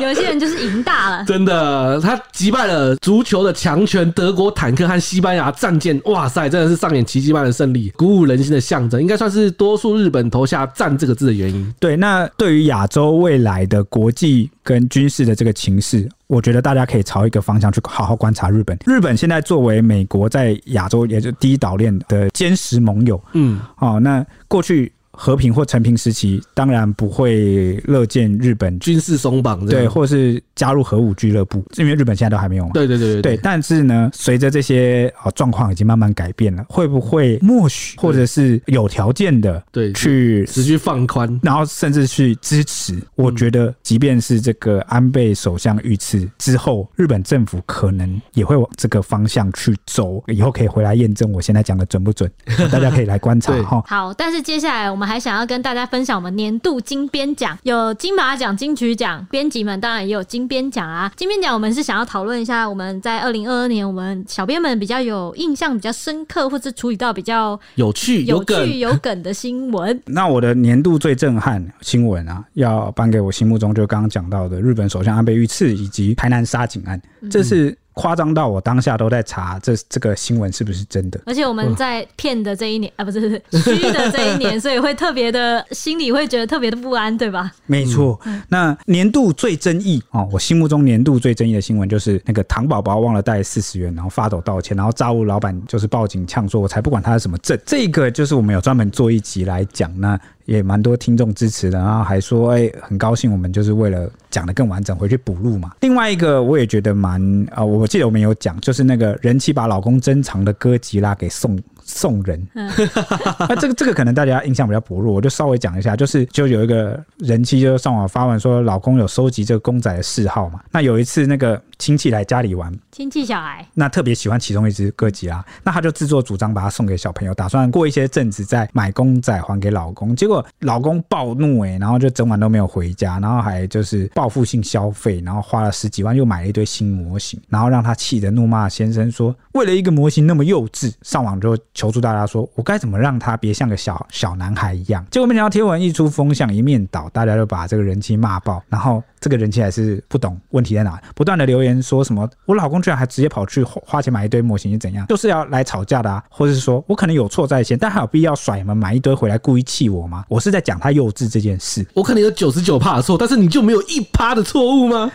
B: 有些人就是赢大了。
A: 真的，他击败了足球的强权德国坦克和西班牙战舰，哇塞，真的是上演奇迹般的胜利，鼓舞人心的象征，应该算是多数日本投下“战”这个字的原因。
C: 对，那对于亚洲未来的国际跟军事的这个情势，我觉得大家可以朝一个方向去好好观察日本。日本现在作为美国在亚洲也就第一岛链的坚实盟友，
A: 嗯，
C: 哦，那过去和平或成平时期，当然不会乐见日本
A: 军事松绑这
C: 对，
A: 样，
C: 或是加入核武俱乐部，因为日本现在都还没有嘛。
A: 对对对对
C: 对，但是呢，随着这些啊状况已经慢慢改变了，会不会默许或者是有条件的
A: 对，
C: 去
A: 持续放宽。
C: 然后甚至去支持。我觉得，即便是这个安倍首相遇刺之后，日本政府可能也会往这个方向去走。以后可以回来验证我现在讲的准不准，大家可以来观察
A: 对
C: 哈。
B: 好，但是接下来我们还想要跟大家分享我们年度金编奖，有金马奖、金曲奖，编辑们当然也有金编奖啊。金编奖我们是想要讨论一下我们在二零二二年我们小编们比较有印象、比较深刻，或是处理到比较
A: 有趣有
B: 有趣
A: 梗，
B: 有梗的新闻。
C: 那我的年度最震撼新闻啊，要颁给我心目中就刚刚讲到的日本首相安倍遇刺以及台南杀警案，这是夸张到我当下都在查这这个新闻是不是真的。
B: 而且我们在骗的这一年啊，不是不是虚的这一年，所以会特别的心里会觉得特别的不安，对吧？
C: 没错，那年度最争议哦，我心目中年度最争议的新闻就是那个糖宝宝忘了带四十元，然后发抖道歉，然后炸物老板就是报警呛说：“我才不管他是什么证。”这个就是我们有专门做一集来讲，那也蛮多听众支持的，然后还说：“哎、很高兴我们就是为了讲的更完整，回去补录嘛。”另外一个我也觉得蛮啊、呃我记得我们有讲，就是那个人气把老公珍藏的哥吉拉给送送人， [LAUGHS] 那这个这个可能大家印象比较薄弱，我就稍微讲一下，就是就有一个人妻就上网发文说，老公有收集这个公仔的嗜好嘛。那有一次那个亲戚来家里玩，
B: 亲戚小孩，
C: 那特别喜欢其中一只哥吉拉，那他就自作主张把它送给小朋友，打算过一些阵子再买公仔还给老公。结果老公暴怒哎、然后就整晚都没有回家，然后还就是报复性消费，然后花了十几万又买了一堆新模型，然后让他气得怒骂先生说：“为了一个模型那么幼稚。”上网就求助大家说：“我该怎么让他别像个小小男孩一样？”结果没想到贴文一出风向一面倒，大家就把这个人气骂爆，然后这个人气还是不懂问题在哪，不断的留言说什么我老公居然还直接跑去花花钱买一堆模型是怎样，就是要来吵架的啊，或者是说我可能有错在先，但还有必要甩你们买一堆回来故意气我吗？我是在讲他幼稚这件事， [LAUGHS]
A: 我可能有九十九趴的错，但是你就没有一趴的错误吗？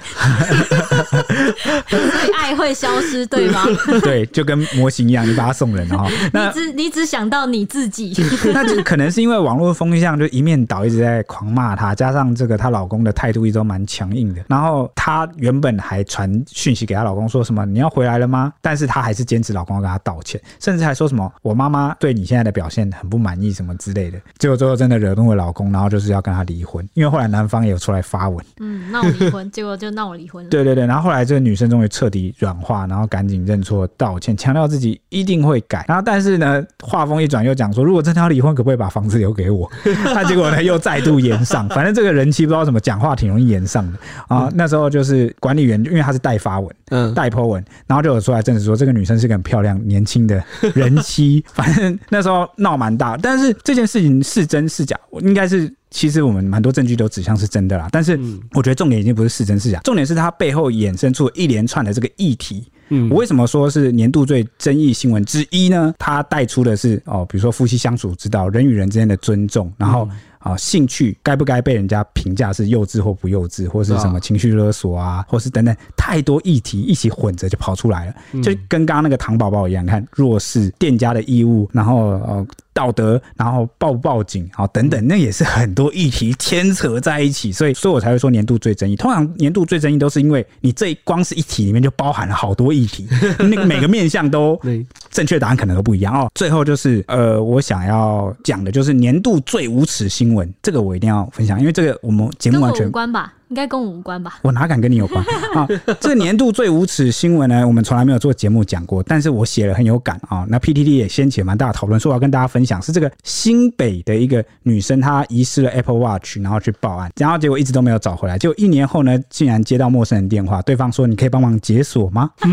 B: 所以爱会消失，对
A: [LAUGHS]
B: 吗？
C: 对，就跟模型一样，你把它送人了哈。那
B: 你只你只想到你自
A: [LAUGHS]
B: 己，
C: [LAUGHS] 那就可能是因为网络风向就一面倒，一直在狂骂她，加上这个她老公的态度一直都蛮强硬的。然后她原本还传讯息给她老公说什么你要回来了吗？但是她还是坚持老公要跟她道歉，甚至还说什么我妈妈对你现在的表现很不满意什么之类的。结果最后真的惹怒了老公，然后就是要跟她离婚，因为后来男方也有出来发文，
B: 嗯，闹离婚，结果就闹离婚了。
C: 对对对，然后后来这个女生终于彻底软化，然后赶紧认错道歉，强调自己一定会改。然后但是呢，话锋一转又讲说，如果真的要离婚，可不可以把房子留给
B: [LAUGHS]
C: 我？那结果呢又再度延上，反正这个人妻不知道怎么讲话，挺容易延上的
B: 嗯
C: 啊。那时候就是管理员，因为他是代发文。
A: 嗯，
C: 代 po 文，然后就有出来证实说这个女生是个很漂亮、年轻的人
A: [LAUGHS]
C: 妻，反正那时候闹蛮大，但是这件事情是真是假，我应该是。其实我们蛮多证据都指向是真的啦，但是
A: 嗯
C: 我觉得重点已经不是是真是假，重点是它背后衍生出一连串的这个议题。
A: 嗯
C: 我为什么说是年度最争议新闻之一呢？它带出的是哦，比如说夫妻相处之道、人与人之间的尊重，然后
A: 嗯
C: 啊、兴趣该不该被人家评价是幼稚或不幼稚，或是什么
A: 啊
C: 情绪勒索啊，或是等等，太多议题一起混着就跑出来了，就跟刚刚那个糖宝宝一样，看弱势店家的义务，然后呃。道德，然后报不报警啊、等等，那也是很多议题牵扯在一起，所以，所以我才会说年度最争议。通常年度最争议都是因为你这光是一题里面就包含了好多议题，那个每个面向都
A: 对，
C: 正确答案可能都不一样哦。最后就是呃，我想要讲的就是年度最无耻新闻，这个我一定要分享，因为这个我们节
B: 跟
C: 目
B: 我
C: 完全
B: 无关吧？应该跟我无关吧？
C: 我哪敢跟你有关啊？这年度最无耻新闻呢，我们从来没有做节目讲过，但是我写了很有感啊。那 PTT 也掀起了蛮大的讨论，说我要跟大家分享，是这个新北的一个女生，她遗失了 Apple Watch，然后去报案，然后结果一直都没有找回来，结果一年后呢，竟然接到陌生人电话，对方说你可以帮忙解锁吗？ [LAUGHS]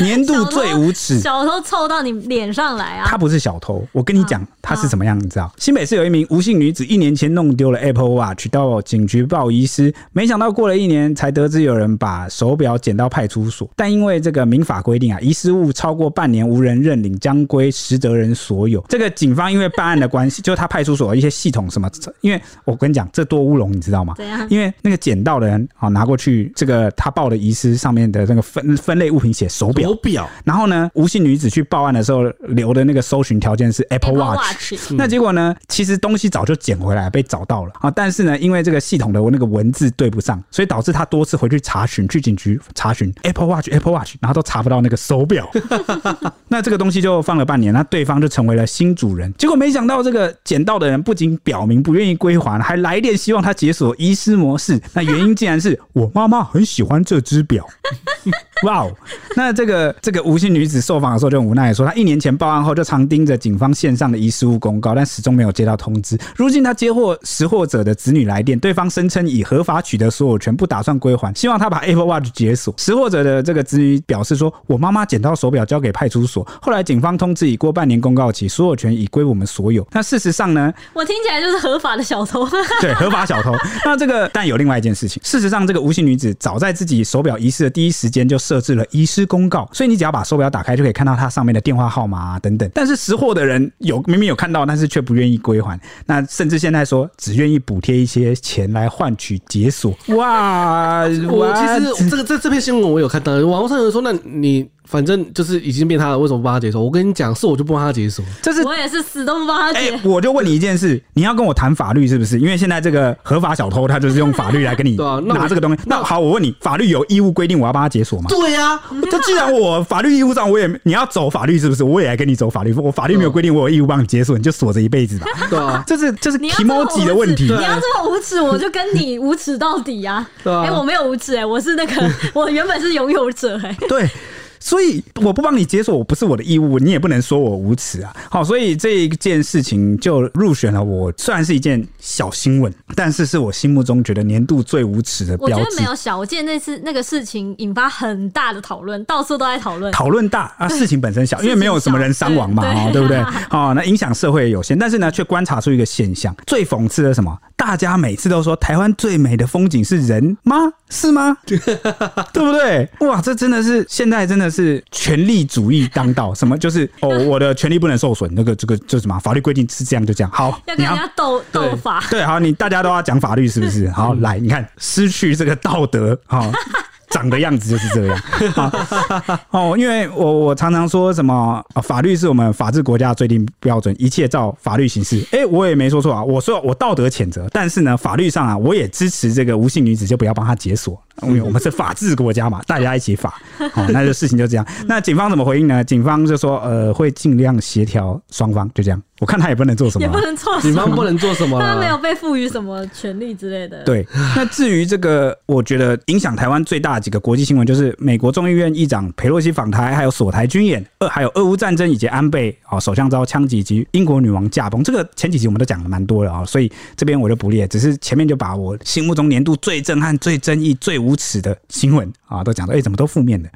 C: 年度最无耻。
B: 小偷凑到你脸上来啊
C: 他！不是小偷，我跟你讲，他是怎么样，你知道？新北市有一名吴姓女子，一年前弄丢了 Apple Watch，到警局报遗失，没想到过了一年才得知有人把手表捡到派出所，但因为这个民法规定啊，遗失物超过半年无人认领，将归实得人所有。这个警方因为办案的关系，就是他派出所有一些系统什么，因为我跟你讲，这多乌龙，你知道吗？
B: 怎样？
C: 因为那个捡到的人啊、拿过去这个他报的遗失上面的那个分分类物品写手表
A: 手，表，
C: 然后呢，吴姓女子去报案的时候留的那个搜寻条件是 Apple
B: Apple
C: Watch。
B: Watch
C: 那结果呢？其实东西早就捡回来，被找到了啊！但是呢，因为这个系统的那个文字对不上，所以导致他多次回去查询，去警局查询 Apple Watch、Apple Watch，然后都查不到那个手表。那这个东西就放了半年，那对方就成为了新主人。结果没想到，这个捡到的人不仅表明不愿意归还，还来电希望他解锁遗失模式。那原因竟然是我妈妈很喜欢这只表。 [LAUGHS] 哇哦！那这个这个吴姓女子受访的时候就很无奈地说，她一年前报案后就常盯着警方线上的遗失物公告，但始终没有接到通知。如今她接获拾获者的子女来电，对方声称已合法取得所有权，不打算归还，希望她把 Apple Watch 解锁。拾获者的这个子女表示说：“我妈妈捡到手表交给派出所，后来警方通知已过半年公告期，所有权已归我们所有。”那事实上呢，
B: 我听起来就是合法的小偷，
C: 对，合法小偷。那这个，但有另外一件事情，事实上，这个吴姓女子早在自己手表遗失的第一时间就设置了遗失公告，所以你只要把手表打开，就可以看到它上面的电话号码啊等等。但是识货的人有明明有看到，但是却不愿意归还，那甚至现在说只愿意补贴一些钱来换取解锁。哇，
A: 我
C: 哇
A: 其实这个这这篇新闻我有看到，网络上有人说，那你反正就是已经变他了，为什么不帮他解锁？我跟你讲，是我就不帮他解锁。
C: 这是
B: [LAUGHS] 我也是死都不帮他
C: 哎、
B: 解。
C: 我就问你一件事，你要跟我谈法律是不是？因为现在这个合法小偷他就是用法律来跟你
A: 对啊那我
C: 拿这个东西。那好，我问你，法律有义务规定我要帮他解锁吗？
A: 对啊呀、
C: 他既
B: 啊
C: 然我法律义务上我也你要走法律是不是？我也来跟你走法律，我法律没有规定我有义务帮你解锁，你就锁着一辈子吧。
A: 对啊，
C: 这是这是
B: 你要这么
C: emoji 的问题
B: 无耻，你要这么无耻，我就跟你无耻到底啊！
A: 对啊
B: 哎、我没有无耻哎、我是那个，我原本是拥有者哎、
C: 对。所以我不帮你解锁，我不是我的义务，你也不能说我无耻啊。好，所以这一件事情就入选了我。虽然是一件小新闻，但是是我心目中觉得年度最无耻的
B: 我觉得
C: 标志
B: 没。有小，我记得那次那个事情引发很大的讨论，到处都在讨论。
C: 讨论大 [LAUGHS] 啊，事情本身小，因为没有什么人伤亡嘛，
B: 事情
C: 哦
B: 小
C: 对
B: 对
C: 不对？哦，那影响社会有限，但是呢，却观察出一个现象，最讽刺的是什么？大家每次都说台湾最美的风景是人吗？是 [LAUGHS] 吗？对不对？哇，这真的是现在真的是权力主义当道，什么就是哦，我的权利不能受损，那个这个这什么法律规定是这样就这样，好，
B: 要
C: 你
B: 跟人家斗
A: 对
B: 斗法，
C: [LAUGHS] 对，好，你大家都要讲法律是不是？好，来，你看失去这个道德，好、 [LAUGHS] 长的样子就是这样。好哦，因为我我常常说什么、啊法律是我们法治国家的最低标准，一切照法律行事。哎、我也没说错啊，我说我道德谴责，但是呢，法律上啊，我也支持这个无姓女子就不要帮她解锁，因为我们是法治国家嘛，大家一起法。好、那就事情就这样。那警方怎么回应呢？警方就说，呃，会尽量协调双方，就这样。我看他也不能做什么
B: 也
C: 啊、
B: 不能错
A: 警
B: 什
A: 方不
B: 么。
A: 能啊做什么 [LAUGHS]
B: 他没有
A: 了。
B: 被赋予什么权利之类的。，
C: 对，那至于这个，我觉得影响台湾最大的几个国际新闻，就是美国众议院议长佩洛西访台，还有锁台军演，呃，还有俄乌战争以及安倍啊、哦、首相遭枪击以及英国女王驾崩。这个前几集我们都讲的蛮多了啊、所以这边我就不列，只是前面就把我心目中年度最震撼、最争议、最无耻的新闻啊、都讲到，哎、怎么都负面的。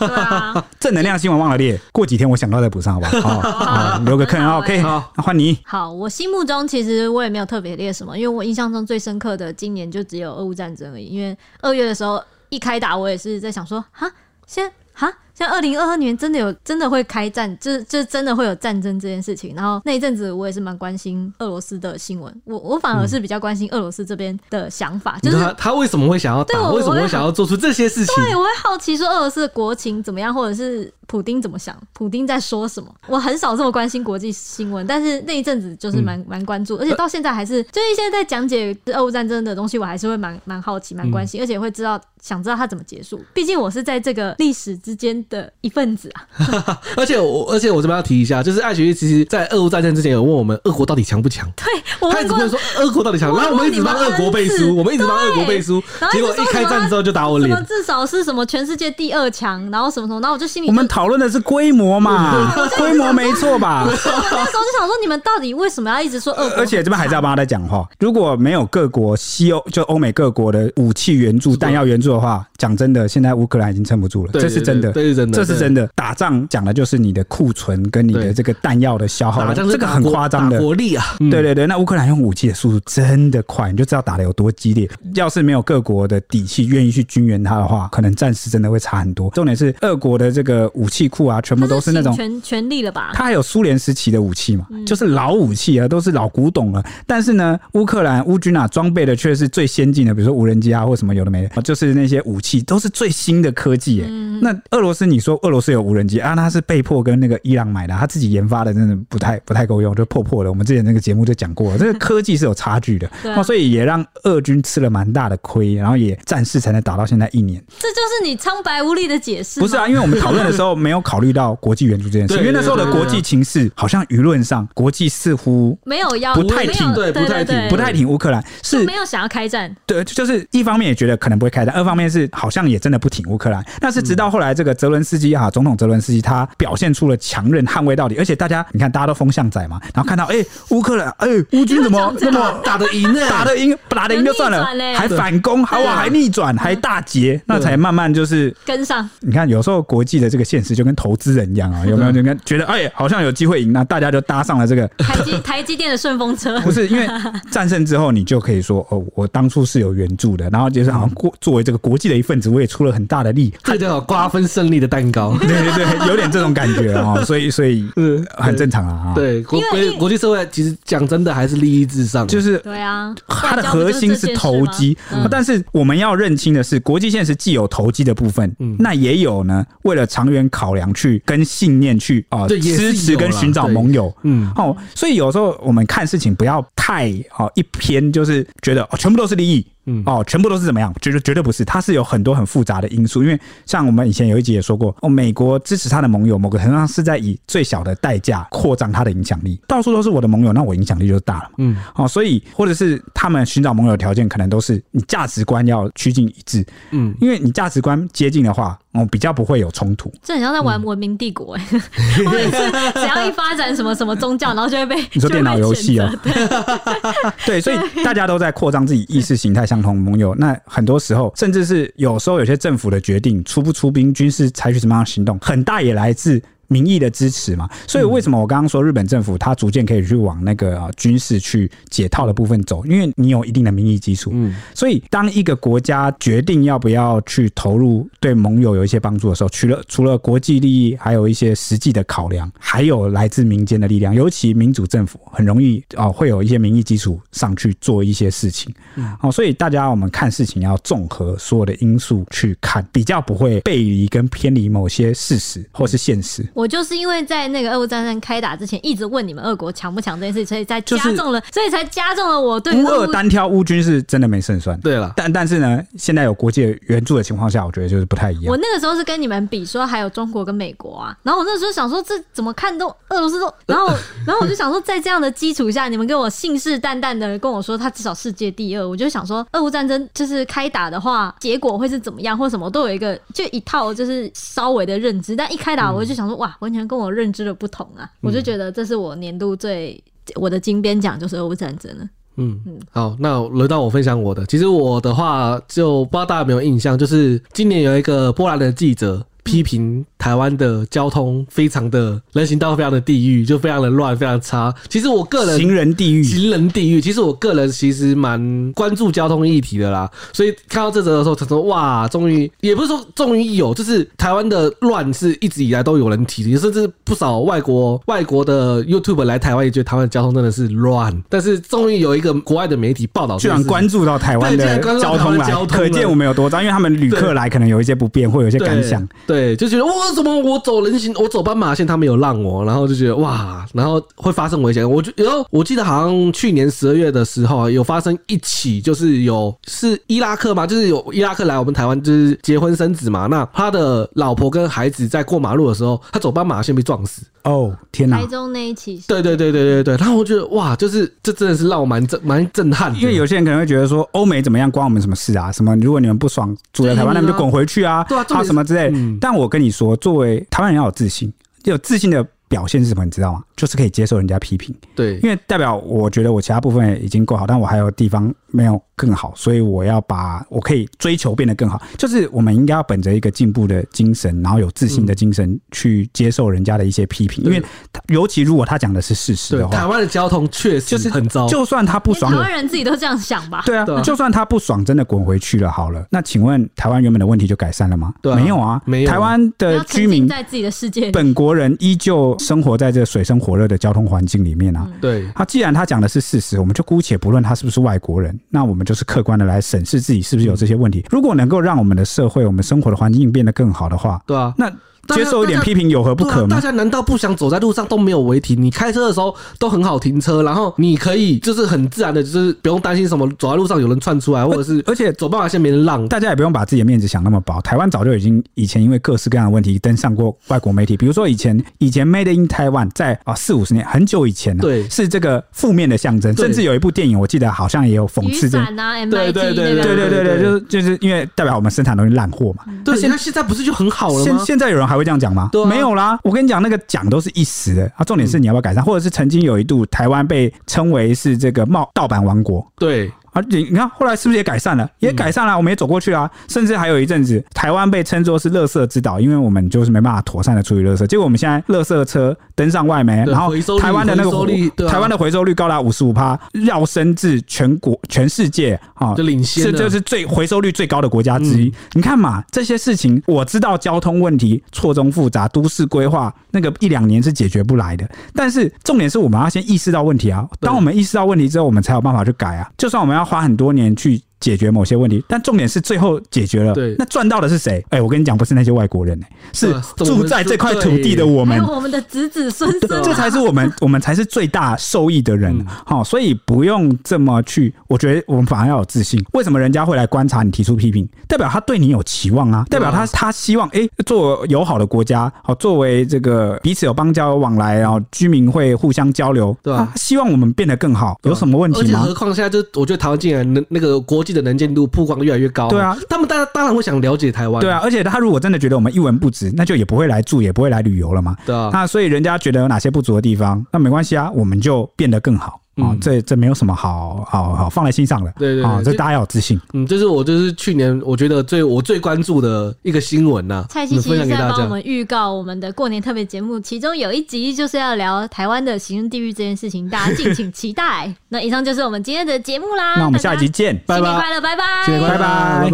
B: 对啊。
C: 正能量新闻忘了列，过几天我想到再补上，好不好？好、啊留个坑啊，OK，
A: 好
C: 那换你。
B: 好，我心目中其实我也没有特别列什么，因为我印象中最深刻的今年就只有俄乌战争而已。因为二月的时候一开打，我也是在想说，哈，先哈，像二零二二年真的有真的会开战，这这真的会有战争这件事情。然后那一阵子我也是蛮关心俄罗斯的新闻，我我反而是比较关心俄罗斯这边的想法，
A: 你
B: 就
A: 知
B: 是
A: 道他他为什么会想要
B: 对
A: 打？
B: 我
A: 为什么
B: 我
A: 会想要做出这些事情？
B: 对，我会好奇说俄罗斯的国情怎么样，或者是普丁怎么想，普丁在说什么。我很少这么关心国际新闻，但是那一阵子就是蛮蛮、关注，而且到现在还是就是一些在讲解俄乌战争的东西，我还是会蛮蛮好奇、蛮关心，而且会知道想知道它怎么结束。毕竟我是在这个历史之间的一份子啊。 [LAUGHS]
A: 而且我而且我这边要提一下，就是艾雪莉其实在俄乌战争之前有问我们俄国到底强不 [LAUGHS] 强，
B: 对，我
A: 他一
B: 问
A: 直
B: 过
A: 问说俄国到底强，
B: 我
A: 然后我们一直帮俄国背书，我们一直帮
B: 问
A: 俄
B: 过
A: 国
B: 你们 N 次
A: 背书
B: 然，后
A: 结
B: 一直
A: 果
B: 说
A: 一开
B: 什么
A: 战之后就打我
B: 什
A: 脸
B: 么，至少是什么全世界第二强，然后什么什么，然后我就心里
C: 我
B: 就
C: 们讨论的是规模嘛，规模没错吧？
B: 那时候就想说，你们到底为什么要一直说俄国？
C: 而且这边还是要帮他讲话。如果没有各国西欧就欧美各国的武器援助、弹药援助的话，讲真的，现在乌克兰已经撑不住了，
A: 对
C: 这是真的，
A: 对对对
C: 这
A: 这
C: 是
A: 是真
C: 真的。打仗讲的就是你的库存跟你的
A: 对
C: 这个弹药的消耗
A: 打
C: 量，
A: 仗是
C: 这个
A: 打
C: 很
A: 国
C: 夸张的
A: 打。国力啊，
C: 对对对，那乌克兰用武器的速度真的快，你就知道打的有多激烈。要是没有各国的底气愿意去军援它的话，可能战事真的会差很多。重点是，俄国的这个武器库啊，全部都是那种
B: 全权力了吧？嗯
C: 它还有苏联时期的武器嘛，就是老武器啊，都是老古董了。但是呢，乌克兰乌军啊装备的却是最先进的，比如说无人机啊或什么有的没的，就是那些武器都是最新的科技、耶。
B: 嗯
C: 那俄罗斯，你说俄罗斯有无人机啊？那它是被迫跟那个伊朗买的啊，他自己研发的，真的不太不太够用，就破破的。我们之前那个节目就讲过了，这个科技是有差距的
B: 对啊
C: 哦所以也让俄军吃了蛮大的亏，然后也战事才能打到现在一年。
B: 这就是你苍白无力的解释。
C: 不是啊，，因为我们讨论的时候没有考虑到国际援助这件事，
A: 对
C: 因为那时候的
A: 对对
C: 国际情势好像舆论上，国际似乎
B: 没有要
C: 不太
B: 没有
C: 挺
A: 对
B: 对
A: 不太
B: 对
A: 挺
C: 不太挺乌克兰，是
B: 没有想要开战，
C: 对，就是一方面也觉得可能不会开战，二方面是好像也真的不挺乌克兰。但是直到后来这个泽伦斯基啊，总统泽伦斯基他表现出了强韧捍卫到底，而且大家你看大家都风向仔嘛，然后看到哎乌克兰哎乌军怎么那么
A: 打得赢呢，[LAUGHS]
C: 打得赢打得赢就算了
B: 能逆转，嘞
C: 还反攻，还哇还逆转还大捷，那
A: 对
C: 才慢慢就是
B: 跟上
C: 你看，有时候国际的这个现实就跟投资人一
A: [LAUGHS]
C: 样啊，有没有？就跟觉得哎、好像有机会赢，那大家就搭上了
A: [LAUGHS]
C: 这个。
B: 台积 [LAUGHS] 台积电的顺风车。
C: 不是因为战胜之后，你就可以说哦，我当初
A: [LAUGHS]
C: 是有援助的，然后就是好像过作为这个国际的一份子，我也出了很大的力。
A: 这个叫做瓜分胜利里的蛋糕。
C: 对对对，有点这种感
A: [LAUGHS]
C: 觉哦，所以所以
A: 嗯，
C: 很正常啊，哈，
A: [LAUGHS] 对，国
B: 因为因
A: 国
B: 为
A: 国际社会其实讲真的还是利益至上，
C: 就是
B: 对啊，
C: 它
B: 外
C: 的
B: 交不
C: 核
B: 就
C: 心
B: 这
C: 是
B: 件事
C: 投
B: 吗
C: 机，
B: 嗯
C: 但是我们要认清的是，国际现实既有投机的部分，
A: 嗯
C: 那也有呢，为了长远考量去跟信念去啊、呃
A: 对也是
C: 支持
A: 有
C: 跟
A: 啦
C: 寻找
A: 对
C: 盟友。
A: 嗯，
C: 哦，所以有时候我们看事情不要太哦一偏，就是觉得哦全部都是利益，
A: 嗯
C: 哦全部都是怎么样，绝对绝对不是，它是有很多很复杂的因素。因为像我们以前有一集也说过，哦美国支持他的盟友，某个程度上是在以最小的代价扩张他的影响力，到处都是我的盟友，那我影响力就大了嘛。
A: 嗯，
C: 哦，所以或者是他们寻找盟友的条件，可能都是你价值观要趋近一致，
A: 嗯，
C: 因为你价值观接近的话，哦比较不会有冲突。
B: 这很像在
C: 嗯
B: 玩文明帝国哎、欸， [LAUGHS] 我每次只要一发展什么什么宗教，然后就会被
C: [LAUGHS] 你说电脑游戏哦，
B: 就会被谴责
C: 对，所以大家都在扩张自己意识形态相同盟友。那很多时候，甚至是有时候有些政府的决定，出不出兵，军事采取什么样的行动，很大也来自。民意的支持嘛，所以为什么我刚刚说日本政府它逐渐可以去往那个、呃军事去解套的部分走，因为你有一定的民意基础，
A: 嗯
C: 所以当一个国家决定要不要去投入对盟友有一些帮助的时候，除了除了国际利益，还有一些实际的考量，还有来自民间的力量，尤其民主政府很容易哦会有一些民意基础上去做一些事情，
A: 嗯
C: 哦，所以大家我们看事情要综合所有的因素去看，比较不会背离跟偏离某些事实或是现实。
B: 我就是因为在那个俄乌战争开打之前，一直问你们俄国强不强这件事，所以才
C: 就
B: 加
C: 是
B: 重了，所以才加重了我对
C: 乌
B: 俄
C: 俄
B: 乌
C: 单挑乌军是真的没胜算，
A: 对了，
C: 但但是呢，现在有国际援助的情况下，我觉得就是不太一样
B: 我。那个时候是跟你们比说还有中国跟美国啊，然后我那时候想说这怎么看都俄罗斯都，
C: [LAUGHS]
B: 然后然后我就想说在这样的基础下，你们跟我信誓旦旦的跟我说他至少世界第二，我就想说俄乌战争就是开打的话，结果会是怎么样或什么都有一个就一套就是稍微的认知，但一开
C: 嗯
B: 打我就想说哇，完全跟我认知的不同啊，我就觉得这是我年度最我的金边奖就是俄乌战争了，
A: 嗯，好，那轮到我分享我的。其实我的话，就不知道大家有没有印象，就是今年有一个波兰的记者。批评台湾的交通非常的人行道非常的地狱，就非常的乱，非常差。其实我个人
C: 行人地狱，
A: 行人地狱。其实我个人其实蛮关注交通议题的啦，所以看到这则的时候，他说哇，终于也不是说终于有，就是台湾的乱是一直以来都有人提，甚至不少外国外国的 YouTube 来台湾也觉得台湾的交通真的是乱，但是终于有一个国外的媒体报道这
C: 居
A: 件
C: 然
A: 事情，
C: 关注到台湾
A: 对居
C: 的
A: 然关注到
C: 交
A: 台湾
C: 通
A: 的
C: 来
A: 交，通
C: 可
A: 了
C: 见我们有多脏。因为他们旅客来可能有一些不便，会有一些感想。
A: 对，对，就觉得我怎么我走人行，我走斑马线，他没有让我，然后就觉得哇，然后会发生危险。我就然后我记得好像去年十二月的时候啊有发生一起，就是有是伊拉克嘛，就是有伊拉克来我们台湾就是结婚生子嘛，那他的老婆跟孩子在过马路的时候，他走斑马线被撞死。
C: 哦，天哪
B: 台！中那一起。
A: 对对对对对对，然后我觉得哇，就是这真的是让我蛮震蛮震撼的，
C: 因为有些人可能会觉得说，欧美怎么样，关我们什么事啊？什么，如果你们不爽，住在台
A: 对
C: 湾，那
A: 啊
C: 你们就滚回去啊，
A: 对啊重点是
C: 什么之类
A: 嗯。
C: 但我跟你说，作为台湾人要有自信，有自信的表现是什么？你知道吗？就是可以接受人家批评，
A: 对
C: 因为代表我觉得我其他部分已经够好，但我还有地方没有更好，所以我要把我可以追求变得更好。就是我们应该要本着一个进步的精神，然后有自信的精神去接受人家的一些批评，
A: 嗯
C: 因
A: 对
C: 为他尤其如果他讲的是事实
A: 对
C: 的
A: 台
C: 话，
A: 湾的交通确实
C: 就是
A: 很糟，
C: 就算他不
B: 连
C: 爽
B: 台
C: 有
B: 湾人自己都这样想吧，
C: 对啊
A: 对啊，
C: 就算他不爽，真的滚回去了好了。那请问台湾原本的问题就改善了吗？
A: 对啊
C: 没有啊，
A: 没有啊
C: 台湾
B: 不
C: 的
B: 要
C: 居
B: 沉浸
C: 民。
B: 在自己的世界里。
C: 本国人依旧生活在这水深火热的交通环境里
B: 嗯
C: 面啊，
A: 对
C: 他既然他讲的是事实，我们就姑且不论他是不是外国人，那我们就是客观的来审视自己是不是有这些问题。如果能够让我们的社会、我们生活的环境变得更好的话，
A: 对啊。
C: 那
A: 大家
C: 接受一点
A: 大家
C: 批评有何不
A: 对
C: 可
A: 啊，
C: 吗
A: 大？家难道不想走在路上都没有违停？你开车的时候都很好停车，然后你可以就是很自然的，就是不用担心什么走在路上有人窜出来，或者是
C: 而且
A: 走斑马线没人让。
C: 大家也不用把自己的面子想那么薄。台湾早就已经以前因为各式各样的问题登上过外国媒体，比如说以前以前 Made in Taiwan 在啊四五十年很久以前呢、
A: 对
C: 是这个负面的象征，
A: 对
C: 甚至有一部电影我记得好像也有讽
B: 雨
C: 刺这。
B: 伞啊，MIT
A: 对对对
B: 那
C: 对
B: 个
C: 对对对，就是就是因为代表我们生产东西烂货嘛。
A: 对，现在现在不是就很好了
C: 现
A: 哦吗？
C: 现在有人还会这样讲吗？
A: 对啊
C: 没有啦。我跟你讲，那个讲都是一时的啊。重点是你要不要改善，或者是曾经有一度台湾被称为是这个冒盗版王国。
A: 对
C: 而且你看后来是不是也改善了？
A: 嗯
C: 也改善了，我们也走过去啊。甚至还有一阵子，台湾被称作是“垃圾之岛”，因为我们就是没办法妥善的处理垃圾。结果我们现在垃圾车登上外媒，
A: 对
C: 然后
A: 回收率
C: 台湾的那个
A: 回收率对啊
C: 台湾的回收率高达五十五趴，绕升至全国全世界啊
A: 就，领先嗯
C: 是
A: 了，
C: 这是最回收率最高的国家之一。你看嘛，这些事情我知道，交通问题错综复杂，都市规划那个一两年是解决不来的。但是重点是我们要先意识到问题啊，
A: 对
C: 当我们意识到问题之后，我们才有办法去改啊。就算我们要花很多年去。解决某些问题，但重点是最后解决了。
A: 对
C: 那赚到的是谁？哎、我跟你讲，不是那些外国人、哎，是
A: 呃是我们
C: 住在这块土地的
A: 对
C: 我
B: 还
C: 们
B: 有。我们的子子孙孙，啊
C: 这才是我们 [LAUGHS] 我们才是最大受益的人
A: 嗯，
C: 好、所以不用这么去，我觉得我们反而要有自信。为什么人家会来观察你提出批评？代表他对你有期望啊，代表他他希望，诶，作为友好的国家，好、作为这个彼此有邦交往来，然后居民会互相交流，
A: 对啊
C: 他希望我们变得更好，有什么问
A: 而
C: 题
A: 且
C: 吗
A: 何？况现在就我觉得台湾竟然能那个国际的能见度曝光越来越高，
C: 对啊，
A: 他们当然当然会想了解台湾，
C: 对啊，，而且他如果真的觉得我们一文不值，那就也不会来住，也不会来旅游了嘛。
A: 对啊，
C: 那所以人家觉得有哪些不足的地方，那没关系啊，我们就变得更好啊、
A: 嗯
C: 这这没有什么好好好放在心上的。
A: 对对对
C: 啊、这
A: 就
C: 大家要有自信。
A: 嗯，这是我就是去年我觉得最我最关注的一个新闻呐、
B: 蔡西
A: 分
B: 其实
A: 享
B: 是
A: 给
B: 在
A: 大
B: 帮我
A: 家。
B: 们预告我们的过年特别节目，其中有一集就是要聊台湾的行人地狱这件事情，大家敬请期待。那以上就是我们今天的节目啦，
C: 那我们下一集
B: 啊大家
C: 见，
A: 拜
B: 新年
A: 拜
B: 快乐，拜拜，
A: 新年快乐
C: 拜拜
A: 拜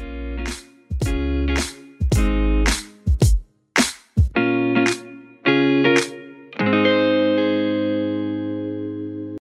A: 拜。